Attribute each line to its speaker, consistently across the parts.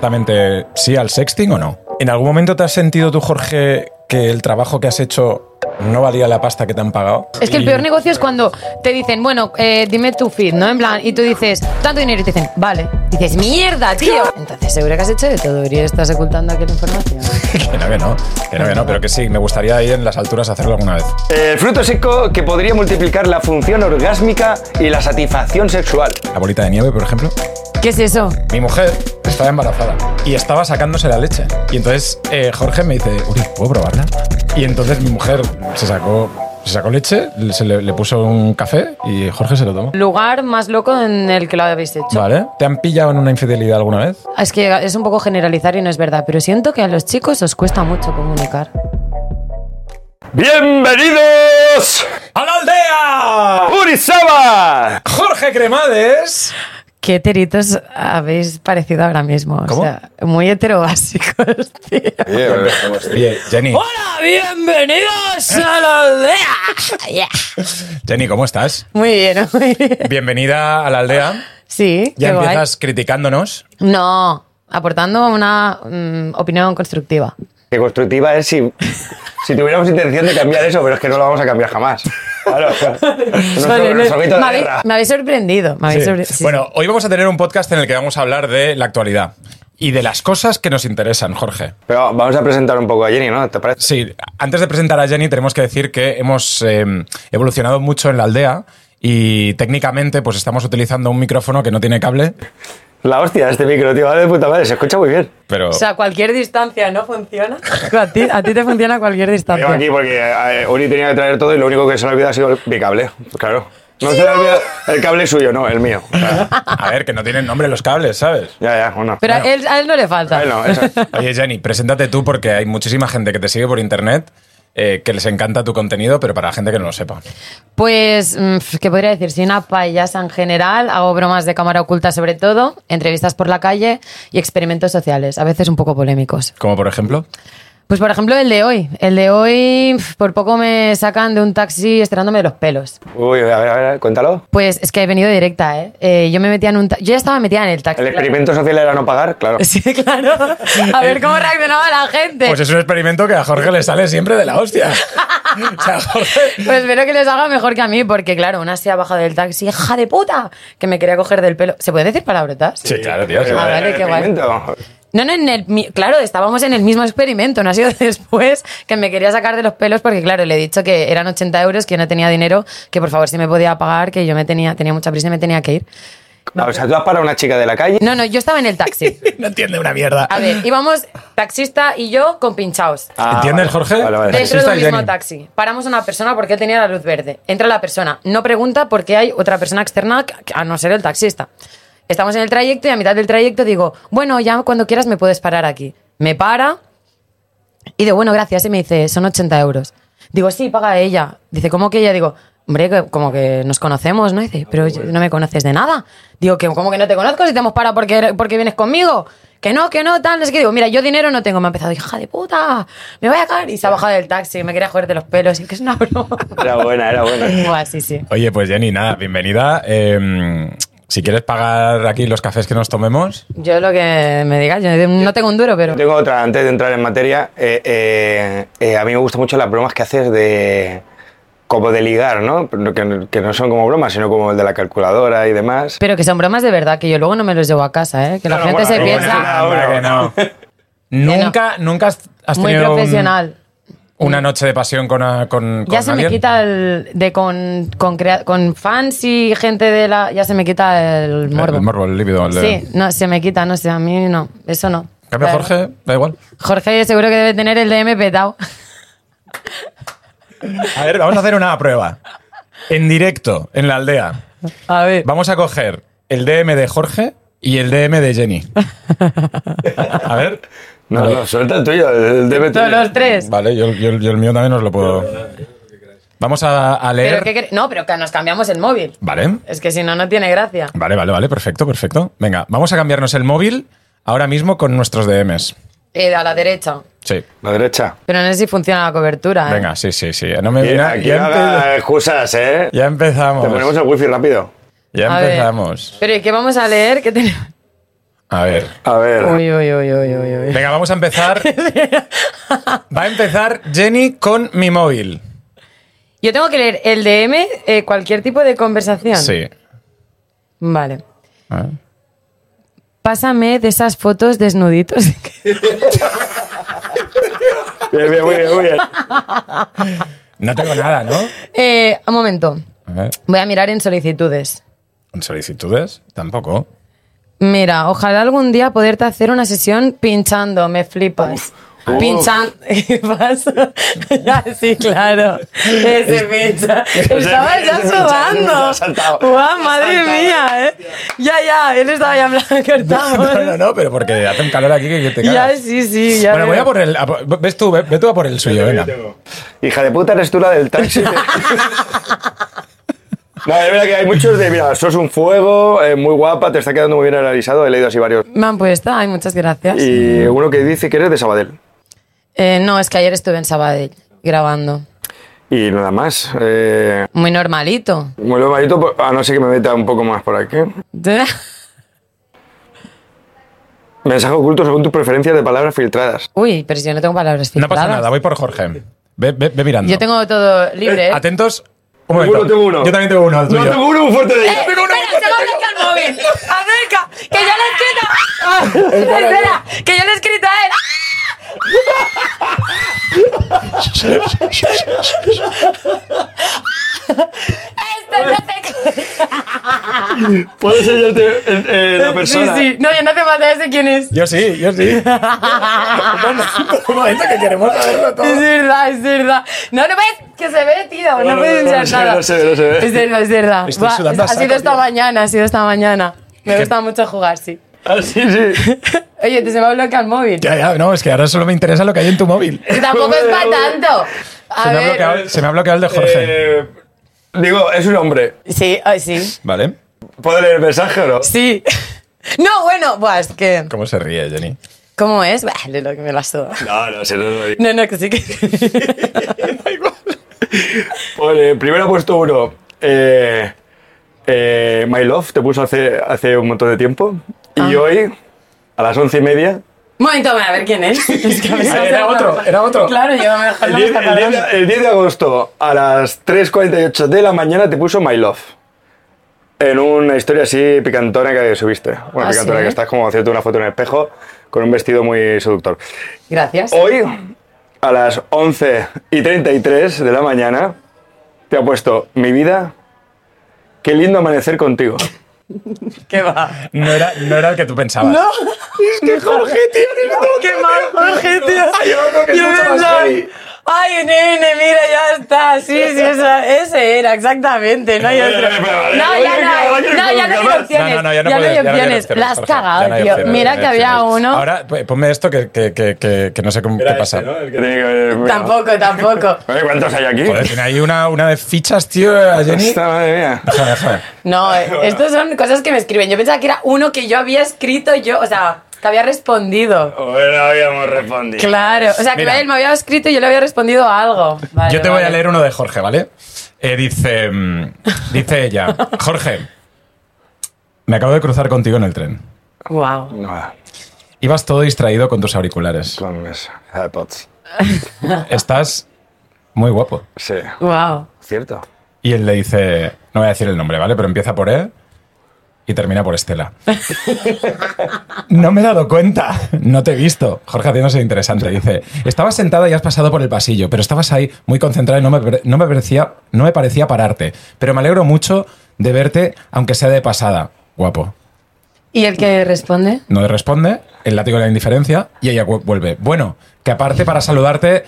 Speaker 1: abiertamente sí al sexting o no. ¿En algún momento te has sentido tú, Jorge, que el trabajo que has hecho no valía la pasta que te han pagado?
Speaker 2: Es que el peor negocio es cuando te dicen, bueno, eh, dime tu feed, ¿no? En plan, y tú dices, tanto dinero, y te dicen, vale. Dices, mierda, tío. Entonces, seguro que has hecho de todo y estás ocultando aquella información.
Speaker 1: Que no, que no, que no, que no, pero que sí, me gustaría ir en las alturas a hacerlo alguna vez.
Speaker 3: El Eh, fruto seco que podría multiplicar la función orgásmica y la satisfacción sexual.
Speaker 1: La bolita de nieve, por ejemplo.
Speaker 2: ¿Qué es eso?
Speaker 1: Mi mujer estaba embarazada y estaba sacándose la leche. Y entonces eh, Jorge me dice, Uri, ¿puedo probarla? Y entonces mi mujer se sacó, se sacó leche, le- se le, le puso un café y Jorge se lo tomó.
Speaker 2: Lugar más loco en el que lo habéis hecho. Ah,
Speaker 1: ¿Vale? ¿Te han pillado en una infidelidad alguna vez?
Speaker 2: Es que es un poco generalizar y no es verdad, pero siento que a los chicos os cuesta mucho comunicar.
Speaker 3: ¡Bienvenidos!
Speaker 1: ¡A la aldea!
Speaker 3: ¡Urizaba!
Speaker 1: Jorge Cremades.
Speaker 2: Qué heteritos habéis parecido ahora mismo.
Speaker 1: ¿Cómo?
Speaker 2: O sea, muy heterobásicos, tío.
Speaker 1: Pues, Oye, Jenny,
Speaker 2: ¡Hola! ¡Bienvenidos a la aldea! Yeah.
Speaker 1: Jenny, ¿cómo estás?
Speaker 2: Muy bien, muy bien.
Speaker 1: Bienvenida a la aldea.
Speaker 2: Sí,
Speaker 1: Ya
Speaker 2: qué guay.
Speaker 1: empiezas criticándonos.
Speaker 2: No, aportando una mm, opinión constructiva.
Speaker 3: Qué constructiva es si, si tuviéramos intención de cambiar eso, pero es que no lo vamos a cambiar jamás. Claro. Nuestro-
Speaker 2: Vale, no-
Speaker 3: nuestro grito de
Speaker 2: me, habéis,
Speaker 3: guerra.
Speaker 2: me habéis sorprendido. me habéis
Speaker 1: Sí.
Speaker 2: sorpre- sí, sí.
Speaker 1: Bueno, hoy vamos a tener un podcast en el que vamos a hablar de la actualidad y de las cosas que nos interesan, Jorge.
Speaker 3: Pero vamos a presentar un poco a Jenny, ¿no? ¿Te parece?
Speaker 1: Sí, antes de presentar a Jenny tenemos que decir que hemos eh, evolucionado mucho en la aldea y técnicamente pues estamos utilizando un micrófono que no tiene cable,
Speaker 3: La hostia, este micro, tío, vale de puta madre, se escucha muy bien.
Speaker 1: pero
Speaker 2: O sea, cualquier distancia no funciona. A ti, a ti te funciona cualquier
Speaker 3: Llevo
Speaker 2: distancia.
Speaker 3: aquí porque eh, Uri tenía que traer todo y lo único que se le ha olvidado ha sido el- mi cable, Pues claro. No se le ha olvidado el cable suyo, no, el mío. O sea,
Speaker 1: a ver, que no tienen nombre los cables, ¿sabes?
Speaker 3: ya, ya, bueno.
Speaker 2: Pero eh, a él, a él no le falta.
Speaker 3: Bueno, eso.
Speaker 1: Oye Jenny, preséntate tú porque hay muchísima gente que te sigue por internet. eh, que les encanta tu contenido, pero para la gente que no lo sepa.
Speaker 2: Pues, mm, f- ¿qué podría decir? Soy una payasa en general, hago bromas de cámara oculta sobre todo, entrevistas por la calle y experimentos sociales, a veces un poco polémicos.
Speaker 1: Como por ejemplo.
Speaker 2: Pues, por ejemplo, el de hoy. El de hoy, f, por poco me sacan de un taxi estirándome de los pelos.
Speaker 3: Uy, a ver, a ver, cuéntalo.
Speaker 2: Pues es que he venido directa, ¿eh? Eh, yo me metía en un ta- Yo ya estaba metida en el taxi.
Speaker 3: El experimento social era no pagar, claro.
Speaker 2: Sí, claro. A ver cómo reaccionaba la gente.
Speaker 1: Pues
Speaker 2: Pues,
Speaker 1: es un experimento que a Jorge le sale siempre de la hostia. O sea, Jorge.
Speaker 2: Pues espero que les haga mejor que a mí, porque claro, una se ha bajado del taxi, hija de puta, que me quería coger del pelo. ¿Se puede decir palabrotas?
Speaker 1: Sí, claro, tío. sí.
Speaker 2: Ah, vale, qué guay.
Speaker 3: Experimento.
Speaker 2: No, no, en el, mi- claro, estábamos en el mismo experimento, no ha sido después que me quería sacar de los pelos porque, claro, le he dicho que eran 80 euros, que yo no tenía dinero, que por favor si me podía pagar, que yo me tenía, tenía mucha prisa y me tenía que ir.
Speaker 3: O sea, tú has parado a una chica de la calle.
Speaker 2: No, no, yo estaba en el taxi.
Speaker 1: No entiende una mierda.
Speaker 2: A ver, íbamos taxista y yo con pinchaos.
Speaker 1: ¿Entiendes, Jorge?
Speaker 3: Ah, Vale, vale.
Speaker 2: Dentro de
Speaker 1: Taxista
Speaker 2: un
Speaker 1: y
Speaker 2: mismo
Speaker 1: Jenny.
Speaker 2: taxi. Paramos a una persona porque él tenía la luz verde. Entra la persona. No pregunta porque hay otra persona externa que- a no ser el taxista. Estamos en el trayecto y a mitad del trayecto digo, bueno, ya cuando quieras me puedes parar aquí. Me para y digo, bueno, gracias. Y me dice, son 80 euros. Digo, sí, paga ella. Dice, ¿cómo que ella? Digo, hombre, que- como que nos conocemos, ¿no? Dice, pero yo- no me conoces de nada. Digo, que ¿cómo que no te conozco si te hemos parado porque, eres- porque vienes conmigo? Que no, que no, tal. Es que digo, mira, yo dinero no tengo. Me ha empezado, hija de puta, me voy a caer. Y se ha bajado del taxi, me quería joder de los pelos. Y que es una broma.
Speaker 3: Era buena, era buena.
Speaker 2: Buah, sí, sí.
Speaker 1: Oye, pues Jenny, nada, bienvenida. Eh, si quieres pagar aquí los cafés que nos tomemos,
Speaker 2: Yo lo que me digas, yo no tengo un duro, pero...
Speaker 3: Tengo otra, antes de entrar en materia. eh, eh, eh, a mí me gustan mucho las bromas que haces de. como de ligar, ¿no? Pero Que, que no son como bromas, sino como el de la calculadora y demás.
Speaker 2: Pero que son bromas de verdad, que yo luego no me los llevo a casa, ¿eh? Que la
Speaker 3: Claro,
Speaker 2: gente
Speaker 3: bueno,
Speaker 2: se
Speaker 3: pero bueno,
Speaker 2: piensa...
Speaker 3: nada, bueno.
Speaker 1: Anda, que no. Nunca, nunca has has
Speaker 2: Muy
Speaker 1: tenido un-
Speaker 2: profesional.
Speaker 1: una noche de pasión con, a- con,
Speaker 2: Ya
Speaker 1: con
Speaker 2: se
Speaker 1: alguien.
Speaker 2: me quita el. De con, con, crea- con fans y gente de la. Ya se me quita el
Speaker 1: El-
Speaker 2: morbo.
Speaker 1: El morbo, el líbido. el-
Speaker 2: Sí, no, se me quita, no sé, a mí no. Eso no.
Speaker 1: En cambio,
Speaker 2: Claro.
Speaker 1: Jorge, da igual.
Speaker 2: Jorge seguro que debe tener el DM petado.
Speaker 1: A ver, vamos a hacer una prueba. En directo, en la aldea.
Speaker 2: A ver.
Speaker 1: Vamos a coger el DM de Jorge y el DM de Jenny. A ver.
Speaker 3: No, no, suelta el tuyo, el debe
Speaker 2: Todos los tres.
Speaker 1: Vale, yo, yo- yo el mío también os lo puedo. Vamos a, a
Speaker 2: Pero
Speaker 1: leer.
Speaker 2: ¿qué quer- no, pero que nos cambiamos el móvil.
Speaker 1: Vale.
Speaker 2: Es que si no, no tiene gracia.
Speaker 1: Vale, vale, vale, perfecto, perfecto. Venga, vamos a cambiarnos el móvil ahora mismo con nuestros DMs.
Speaker 2: Eh, a la derecha.
Speaker 1: Sí.
Speaker 3: La derecha.
Speaker 2: Pero no sé si funciona la cobertura. ¿eh?
Speaker 1: Venga, sí, sí, sí. No me
Speaker 3: Bien,
Speaker 1: mira,
Speaker 3: aquí
Speaker 1: ya,
Speaker 3: no
Speaker 1: empe-
Speaker 3: haga excusas, ¿eh?
Speaker 1: ya
Speaker 3: Te ponemos
Speaker 1: empezamos.
Speaker 3: el wifi rápido.
Speaker 1: Ya
Speaker 2: A ver.
Speaker 1: empezamos.
Speaker 2: Pero ¿y qué vamos a leer? ¿Qué tenemos?
Speaker 1: A ver.
Speaker 3: A ver.
Speaker 2: Uy, uy, uy, uy, uy, uy.
Speaker 1: Venga, vamos a empezar. Va a empezar Jenny con mi móvil.
Speaker 2: Yo tengo que leer el DM, eh, cualquier tipo de conversación.
Speaker 1: Sí.
Speaker 2: Vale.
Speaker 1: A ver.
Speaker 2: Pásame de esas fotos desnuditos.
Speaker 3: Bien, bien, muy bien, muy bien.
Speaker 1: No tengo nada, ¿no?
Speaker 2: eh, un momento.
Speaker 1: A ver.
Speaker 2: Voy a mirar en solicitudes.
Speaker 1: ¿En solicitudes? Tampoco.
Speaker 2: Mira, ojalá algún día poderte hacer una sesión pinchando, me flipas.
Speaker 3: Uf.
Speaker 2: Pinchando. ¿Qué pasa? Ya, sí, claro. Ese pincha. Estaba ya
Speaker 3: pincha, se ha
Speaker 2: sudando.
Speaker 3: saltado.
Speaker 2: ¡Guau, madre mía! ¿eh? Ya, ya, él estaba ya
Speaker 1: No,
Speaker 2: hablando. cortamos.
Speaker 1: no, no, no, pero porque hace un calor aquí que te
Speaker 2: Ya,
Speaker 1: cagas.
Speaker 2: sí, sí. Ya
Speaker 1: Bueno, voy
Speaker 2: veo.
Speaker 1: a por el. a por- ves tú, ve, ve tú a por el suyo, venga.
Speaker 3: Hija de puta, eres tú la del taxi. no, es verdad que hay muchos de, mira, sos un fuego, eh, muy guapa, te está quedando muy bien analizado, he leído así varios.
Speaker 2: Me han puesto, ay, muchas gracias.
Speaker 3: Y uno que dice que eres de Sabadell.
Speaker 2: Eh, no, es que ayer estuve en Sabadell grabando.
Speaker 3: Y nada más. Eh,
Speaker 2: Muy normalito.
Speaker 3: muy lo marito, po- a no ser que me meta un poco más por aquí. Mensaje oculto según tus preferencias de palabras filtradas.
Speaker 2: Uy, pero si yo no tengo palabras
Speaker 1: No
Speaker 2: filtradas.
Speaker 1: pasa nada, voy por Jorge. Ve, ve, ve mirando.
Speaker 2: Yo tengo todo libre. ¿eh?
Speaker 1: Atentos. Un momento.
Speaker 3: Uno, tengo uno.
Speaker 1: Yo también tengo uno, el tuyo.
Speaker 3: uno muy fuerte de
Speaker 2: ¡Eh, espera, se me ha bloqueado el móvil! ¡Acerca! ¡Que yo le he escrito! ¡Ah! ¡Espera! ¡Que yo le he escrito a él! ¡Este no te...
Speaker 3: Puedes enseñarte eh, la persona.
Speaker 2: Sí, sí. No, yo no te mata ese quién es.
Speaker 1: Yo sí, yo sí. Bueno, un momento que queremos saberlo todo.
Speaker 2: Es verdad, es verdad. No, no ves que se ve, tío. No,
Speaker 3: No, no,
Speaker 2: puedes
Speaker 3: no, no
Speaker 2: enseñar
Speaker 3: se ve,
Speaker 2: nada.
Speaker 3: no se ve, no se ve.
Speaker 2: Es verdad, es verdad.
Speaker 1: Estoy
Speaker 2: Buah,
Speaker 1: sudando a
Speaker 2: ha sido
Speaker 1: saco,
Speaker 2: esta
Speaker 1: tío.
Speaker 2: mañana, ha sido esta mañana. Me
Speaker 1: ¿Qué?
Speaker 2: gusta mucho jugar, sí.
Speaker 3: Ah, sí, sí.
Speaker 2: Oye, te se me ha bloqueado el móvil.
Speaker 1: Ya, ya, no, es que ahora solo me interesa lo que hay en tu móvil.
Speaker 2: Que tampoco es para tanto. A
Speaker 1: Se me, ha
Speaker 2: ver.
Speaker 1: bloqueado, el- se me ha bloqueado el de Jorge.
Speaker 3: Eh, digo, es un hombre.
Speaker 2: Sí, ay, sí.
Speaker 1: ¿Vale?
Speaker 3: ¿Puedo leer el mensaje o no?
Speaker 2: Sí. No, bueno, buah, es que.
Speaker 1: ¿Cómo se ríe, Jenny?
Speaker 2: ¿Cómo es? Bah, lo que me la suda.
Speaker 3: No, no, si no, no lo digo.
Speaker 2: No, no, que sí que.
Speaker 3: Pone, primero ha puesto uno. eh, eh, My Love te puso hace, hace un montón de tiempo. Y
Speaker 2: Ah.
Speaker 3: hoy, a las once y media.
Speaker 2: Momento, a ver quién es. Es que a ver si
Speaker 1: Ah,
Speaker 2: no
Speaker 1: era
Speaker 2: sé-
Speaker 1: otro, era otro.
Speaker 2: Claro, yo mejor
Speaker 3: El
Speaker 2: no
Speaker 3: 10,
Speaker 2: me
Speaker 3: el 10
Speaker 2: escaparé.
Speaker 3: de- el 10 de agosto, a las 3.48 de la mañana, te puso My Love. En una historia así picantona que subiste. Bueno,
Speaker 2: Ah,
Speaker 3: picantona,
Speaker 2: ¿sí?
Speaker 3: que estás como haciendo una foto en el espejo con un vestido muy seductor.
Speaker 2: Gracias.
Speaker 3: Hoy, a las 11 y 33 de la mañana, te ha puesto mi vida. Qué lindo amanecer contigo.
Speaker 2: ¿Qué va?
Speaker 1: No era, no era el que tú pensabas.
Speaker 2: No.
Speaker 1: es que Jorge, tío,
Speaker 2: Qué mal, Jorge, tío.
Speaker 1: Ay, yo creo que es mucho más
Speaker 2: pensaba,
Speaker 1: heavy.
Speaker 2: Ay, nene, mira, ya está. Sí, sí, esa- ese era, exactamente. No hay
Speaker 3: Vale,
Speaker 2: otro.
Speaker 3: vale, vale,
Speaker 2: No,
Speaker 3: vale,
Speaker 2: ya no hay.
Speaker 3: vale,
Speaker 2: No, ya no
Speaker 3: vale,
Speaker 2: hay opciones.
Speaker 1: No, no, no, ya no, puedes-
Speaker 2: ya no
Speaker 1: ya
Speaker 2: hay
Speaker 1: no hay
Speaker 2: opciones.
Speaker 1: opciones,
Speaker 2: Las has
Speaker 1: Jorge, ya no
Speaker 2: cagado,
Speaker 1: hay
Speaker 2: tío.
Speaker 1: opciones,
Speaker 2: Mira
Speaker 1: ya
Speaker 2: que
Speaker 1: no hay
Speaker 2: había
Speaker 1: opciones.
Speaker 2: uno.
Speaker 1: Ahora, p- ponme esto que, que, que, que, que este, no sé cómo, qué pasa.
Speaker 3: El que tiene que ver- mira.
Speaker 2: Tampoco, Pues, tampoco.
Speaker 3: Oye, ¿Cuántos hay aquí?
Speaker 1: Joder, tiene ahí una, una de fichas, tío, a Jenny.
Speaker 3: Esta, madre mía.
Speaker 1: Déjame, déjame.
Speaker 2: No, eh, estos son cosas que me escriben. Yo pensaba que era uno que yo había escrito yo, o sea, que había respondido.
Speaker 3: Bueno, habíamos respondido.
Speaker 2: Claro, o sea, que
Speaker 1: Mira.
Speaker 2: él me había escrito y yo le había respondido a algo. Vale,
Speaker 1: Yo te voy a
Speaker 2: vale.
Speaker 1: leer uno de Jorge, ¿vale? Eh, dice, mm, dice ella, Jorge, me acabo de cruzar contigo en el tren.
Speaker 2: Wow.
Speaker 3: Nada,
Speaker 1: Ibas todo distraído con tus auriculares.
Speaker 3: con mis AirPods.
Speaker 1: Estás muy guapo.
Speaker 3: Sí,
Speaker 2: Wow.
Speaker 3: cierto.
Speaker 1: Y él le dice, no voy a decir el nombre, ¿vale? Pero empieza por E y termina por Estela. no me he dado cuenta, no te he visto. Jorge haciéndose interesante. Dice, estabas sentada y has pasado por el pasillo, pero estabas ahí muy concentrada y no me, pare- no me parecía, no me parecía pararte. Pero me alegro mucho de verte, aunque sea de pasada. Guapo.
Speaker 2: ¿Y el que responde?
Speaker 1: No le responde, el látigo de la indiferencia, y ella vu- vuelve. Bueno, que aparte para saludarte,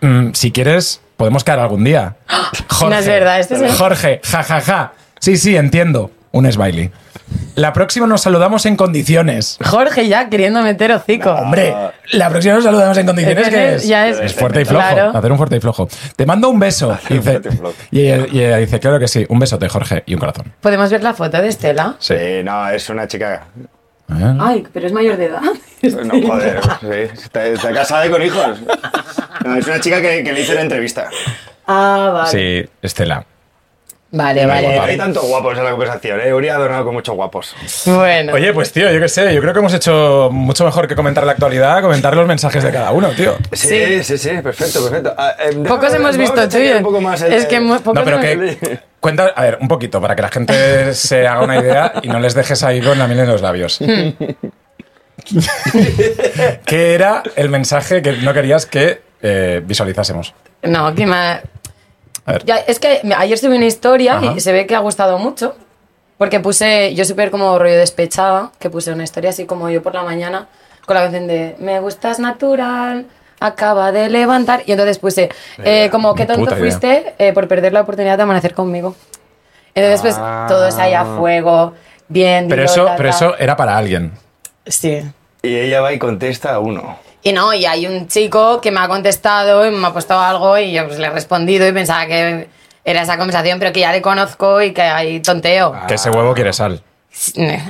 Speaker 1: mm, si quieres, podemos quedar algún día. Jorge,
Speaker 2: No es verdad, este es el-
Speaker 1: Jorge, jajaja. Sí, sí, entiendo. Un smiley. La próxima nos saludamos en condiciones.
Speaker 2: Jorge ya queriendo meter hocico.
Speaker 1: Hombre,
Speaker 3: Ah.
Speaker 1: la próxima nos saludamos en condiciones
Speaker 2: Este
Speaker 1: que
Speaker 2: es-
Speaker 1: es,
Speaker 2: ya es-
Speaker 1: fuerte y flojo.
Speaker 2: Claro.
Speaker 1: Hacer un fuerte y flojo. Te mando un beso. Y,
Speaker 3: un
Speaker 1: dice,
Speaker 3: fuerte y flojo.
Speaker 1: y ella, y ella dice, claro que sí, un besote, Jorge, y un corazón. ¿Eh?
Speaker 2: ¿Podemos ver la foto de Estela?
Speaker 1: Sí.
Speaker 3: no, es una chica.
Speaker 1: ¿Eh?
Speaker 2: Ay, pero es mayor de edad.
Speaker 3: No, joder, sí, está, está casada y con hijos. No, es una chica que, que le hice la entrevista.
Speaker 2: Ah, vale.
Speaker 1: Sí, Estela.
Speaker 2: Vale, vale.
Speaker 3: Hay tantos guapos en la conversación, ¿eh? Uri ha adornado con muchos guapos.
Speaker 2: Bueno.
Speaker 1: Oye, pues tío, yo qué sé, yo creo que hemos hecho mucho mejor que comentar la actualidad, comentar los mensajes de cada uno, tío.
Speaker 3: Sí, sí, sí, perfecto, perfecto. Ah, eh, déjame-
Speaker 2: Pocos hemos
Speaker 3: vamos a
Speaker 2: visto,
Speaker 3: echar
Speaker 2: tío.
Speaker 3: un poco más el-
Speaker 2: Es que mo- pocos
Speaker 1: No, pero
Speaker 2: hemos-
Speaker 1: que. Cuenta, a ver, un poquito, para que la gente se haga una idea y no les dejes ahí con la miel en los labios. ¿Qué era el mensaje que no querías que eh, visualizásemos?
Speaker 2: No, que me...
Speaker 1: A ver.
Speaker 2: Ya, es que me- ayer subí una historia
Speaker 1: Ajá.
Speaker 2: y se ve que ha gustado mucho. Porque puse, yo súper como rollo despechada, que puse una historia así como yo por la mañana, con la canción de Me gustas natural, acaba de levantar. Y entonces puse, eh, como qué
Speaker 1: puta
Speaker 2: tonto
Speaker 1: idea.
Speaker 2: fuiste eh, por perder la oportunidad de amanecer conmigo. Entonces, pues,
Speaker 3: Ah.
Speaker 2: todo es ahí a fuego, bien,
Speaker 1: Pero
Speaker 2: dilo,
Speaker 1: eso,
Speaker 2: ta,
Speaker 1: pero
Speaker 2: ta.
Speaker 1: eso era para alguien.
Speaker 2: Sí.
Speaker 3: Y ella va y contesta a uno.
Speaker 2: Y no, y hay un chico que me ha contestado y me ha puesto algo y yo pues le he respondido y pensaba que era esa conversación, pero que ya le conozco y que hay tonteo.
Speaker 3: Ah.
Speaker 1: Que ese huevo quiere sal.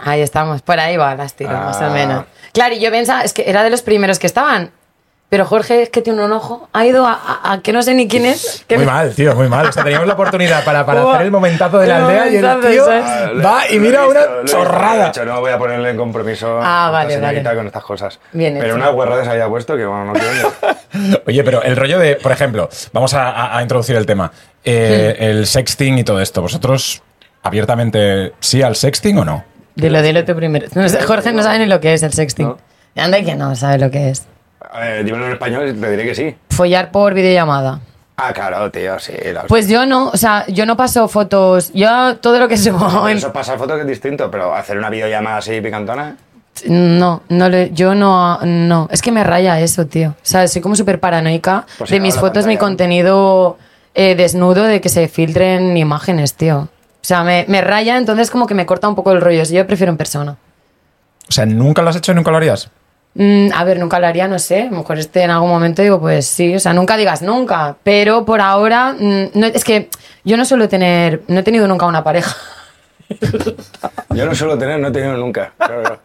Speaker 2: Ahí estamos, por ahí va las tiras,
Speaker 3: Ah.
Speaker 2: más o menos. Claro, y yo pensaba, es que era de los primeros que estaban. Pero Jorge es que tiene un ojo, ha ido a, a- a que no sé ni quién es. que
Speaker 1: Muy
Speaker 2: me-
Speaker 1: mal, tío, muy mal. O sea, teníamos la oportunidad para, para
Speaker 2: Buah,
Speaker 1: hacer el momentazo de la
Speaker 2: el
Speaker 1: aldea y el
Speaker 2: momentazo,
Speaker 1: tío
Speaker 2: ¿sabes?
Speaker 1: va
Speaker 3: Lo
Speaker 1: y
Speaker 3: he
Speaker 1: mira
Speaker 3: visto,
Speaker 1: una
Speaker 3: lo he visto, lo he
Speaker 1: chorrada.
Speaker 3: dicho, no voy a ponerle en compromiso
Speaker 2: Ah,
Speaker 3: a
Speaker 2: vale,
Speaker 3: esta señorita
Speaker 2: vale.
Speaker 3: con estas cosas.
Speaker 2: Bien
Speaker 3: Pero
Speaker 2: hecho.
Speaker 3: una guarrada se había puesto que bueno, no quiero ni-
Speaker 1: Oye, pero el rollo de, por ejemplo, vamos a, a- a introducir el tema. Eh, El sexting y todo esto. ¿Vosotros abiertamente sí al sexting o no?
Speaker 2: Dilo, dilo tú primero. No sé, Jorge no sabe ni lo que es el sexting.
Speaker 3: No.
Speaker 2: Anda que no sabe lo que es.
Speaker 3: A ver, dímelo en español y te diré que sí.
Speaker 2: Follar por videollamada.
Speaker 3: Ah, claro, tío, sí. la-
Speaker 2: Pues yo no, o sea, yo no paso fotos. Yo todo lo que subo en
Speaker 3: Eso pasar fotos que es distinto, pero hacer una videollamada así picantona.
Speaker 2: No, no le- yo no, no. Es que me raya eso, tío. O sea, soy como súper paranoica
Speaker 3: Pues se
Speaker 2: de
Speaker 3: acaba
Speaker 2: mis
Speaker 3: la
Speaker 2: fotos, mi
Speaker 3: pantalla, ¿no?
Speaker 2: contenido eh, desnudo, de que se filtren imágenes, tío. O sea, me, me raya, entonces como que me corta un poco el rollo. Yo prefiero en persona.
Speaker 1: O sea, ¿nunca lo has hecho y nunca lo harías?
Speaker 2: Mm, a ver, nunca lo haría, no sé. A lo mejor este en algún momento digo, pues sí, o sea, nunca digas nunca. Pero por ahora, mm, no, es que yo no suelo tener, no he tenido nunca una pareja.
Speaker 3: Yo no suelo tener, no he tenido nunca. Claro, claro.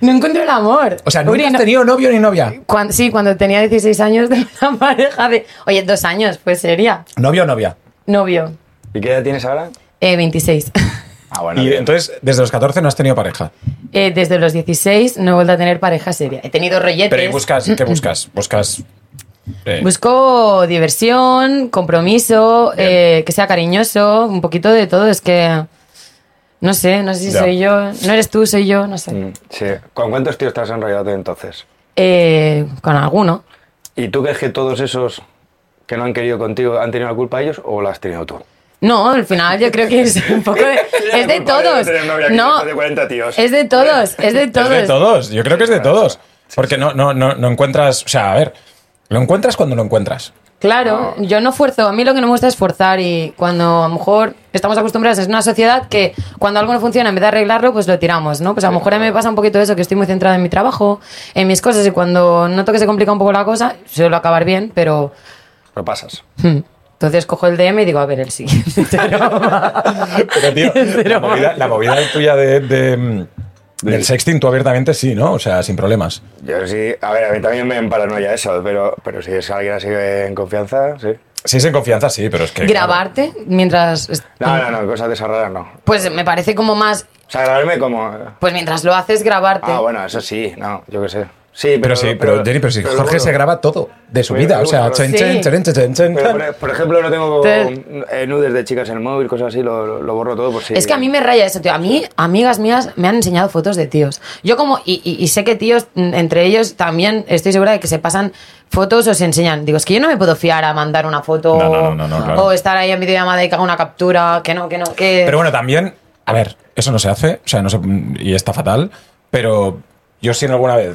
Speaker 2: No encuentro el amor.
Speaker 1: O sea, ¿nunca
Speaker 2: Uri,
Speaker 1: has
Speaker 2: no-
Speaker 1: tenido novio ni novia?
Speaker 2: Cuan- sí, cuando tenía 16 años tenía una pareja de... Oye, dos años, pues sería.
Speaker 1: Novio o novia.
Speaker 2: Novio,
Speaker 3: ¿Y qué edad tienes ahora?
Speaker 2: eh, 26.
Speaker 3: Ah, bueno.
Speaker 1: Y
Speaker 3: bien.
Speaker 1: entonces, desde los 14 no has tenido pareja.
Speaker 2: Eh, desde los 16 no he vuelto a tener pareja seria. He tenido rolletes.
Speaker 1: Pero ¿y buscas? ¿Qué buscas? ¿Buscas eh,
Speaker 2: Busco diversión, compromiso, eh, que sea cariñoso, un poquito de todo. Es que... No sé, no sé si
Speaker 1: Ya.
Speaker 2: soy yo. No eres tú, soy yo, no sé.
Speaker 3: Mm, Sí. ¿Con cuántos tíos te has enrollado tú entonces?
Speaker 2: Eh, con alguno.
Speaker 3: ¿Y tú crees que todos esos que no han querido contigo han tenido la culpa ellos o la has tenido tú?
Speaker 2: No, al final yo creo que es un poco de... Es de todos. No, es de todos, es de
Speaker 1: Es de
Speaker 2: todos.
Speaker 1: todos, yo creo que es de todos. Porque no, no, no, no encuentras, o sea, a ver, lo encuentras cuando lo encuentras.
Speaker 2: Claro, yo no fuerzo. A mí lo que no me gusta es forzar y cuando a lo mejor estamos acostumbrados, es una sociedad que cuando algo no funciona, en vez de arreglarlo, pues lo tiramos, ¿no? Pues a lo mejor a mí me pasa un poquito eso, que estoy muy centrada en mi trabajo, en mis cosas y cuando noto que se complica un poco la cosa, suelo acabar bien, pero...
Speaker 3: Lo pasas.
Speaker 2: hmm, Entonces cojo el DM y digo, a ver, el siguiente.
Speaker 1: Pero, tío, la movida, la movida tuya de, de, mm, del sexting, tú abiertamente sí, ¿no? O sea, sin problemas.
Speaker 3: Yo sí, a ver, a mí también me paranoia eso, pero, pero si es alguien así en confianza, sí.
Speaker 1: Si es en confianza, sí, pero es que.
Speaker 2: Grabarte mientras... est-
Speaker 3: No, no, no, cosas de esas raras no. O
Speaker 2: Pues me parece como más...
Speaker 3: sea, grabarme como...
Speaker 2: Pues mientras lo haces, grabarte.
Speaker 3: Ah, bueno, eso sí, no, yo qué sé. Sí, pero...
Speaker 1: Pero, sí, pero, Jenny, pero si
Speaker 3: pero
Speaker 1: Jorge
Speaker 3: bueno.
Speaker 1: se graba todo de su
Speaker 3: Pero
Speaker 1: vida, o sea,
Speaker 3: bueno,
Speaker 1: chen,
Speaker 2: sí.
Speaker 1: chen, chen, chen, chen, chen.
Speaker 3: Pero, por, por ejemplo, no tengo
Speaker 2: Te-
Speaker 3: eh, nudes de chicas en el móvil, cosas así, lo, lo- lo borro todo por si...
Speaker 2: Es que a mí me raya eso, tío. A mí, amigas mías, me han enseñado fotos de tíos. Yo como, y, y- y sé que tíos, mm, entre ellos también estoy segura de que se pasan fotos o se enseñan. Digo, es que yo no me puedo fiar a mandar una foto
Speaker 1: No, no, no, no, no, claro.
Speaker 2: o estar ahí en videollamada y que haga una captura, que no, que no, que...
Speaker 1: Pero bueno, también, a ver, eso no se hace, o sea, no se, y está fatal, pero yo sí en alguna vez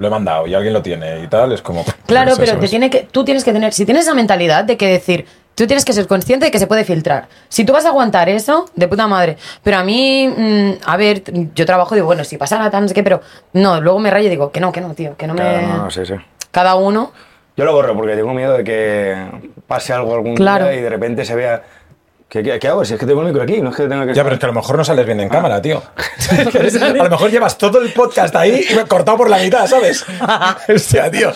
Speaker 1: lo he mandado y alguien lo tiene y tal, es como. pues
Speaker 2: Claro,
Speaker 1: no sé,
Speaker 2: pero te
Speaker 1: ¿sabes?
Speaker 2: tiene que, tú tienes que tener, si tienes esa mentalidad de que decir, tú tienes que ser consciente de que se puede filtrar. Si tú vas a aguantar eso, de puta madre. Pero a mí, mm, a ver, yo trabajo y digo, bueno, si pasara tal, no sé qué, pero no, luego me rayo y digo, que no, que no, tío, que no
Speaker 3: Claro,
Speaker 2: me...
Speaker 3: no, no, sí, sí.
Speaker 2: Cada uno.
Speaker 3: Yo lo borro porque tengo miedo de que pase algo algún
Speaker 2: Claro.
Speaker 3: día y de repente se vea... ¿Qué, qué, qué hago? Si es que tengo el micro aquí, no es que tenga que...
Speaker 1: Ya, pero es que a lo mejor no sales bien
Speaker 3: Ah.
Speaker 1: en cámara, tío. a lo mejor llevas todo el podcast ahí y cortado por la mitad, ¿sabes? Hostia, tío.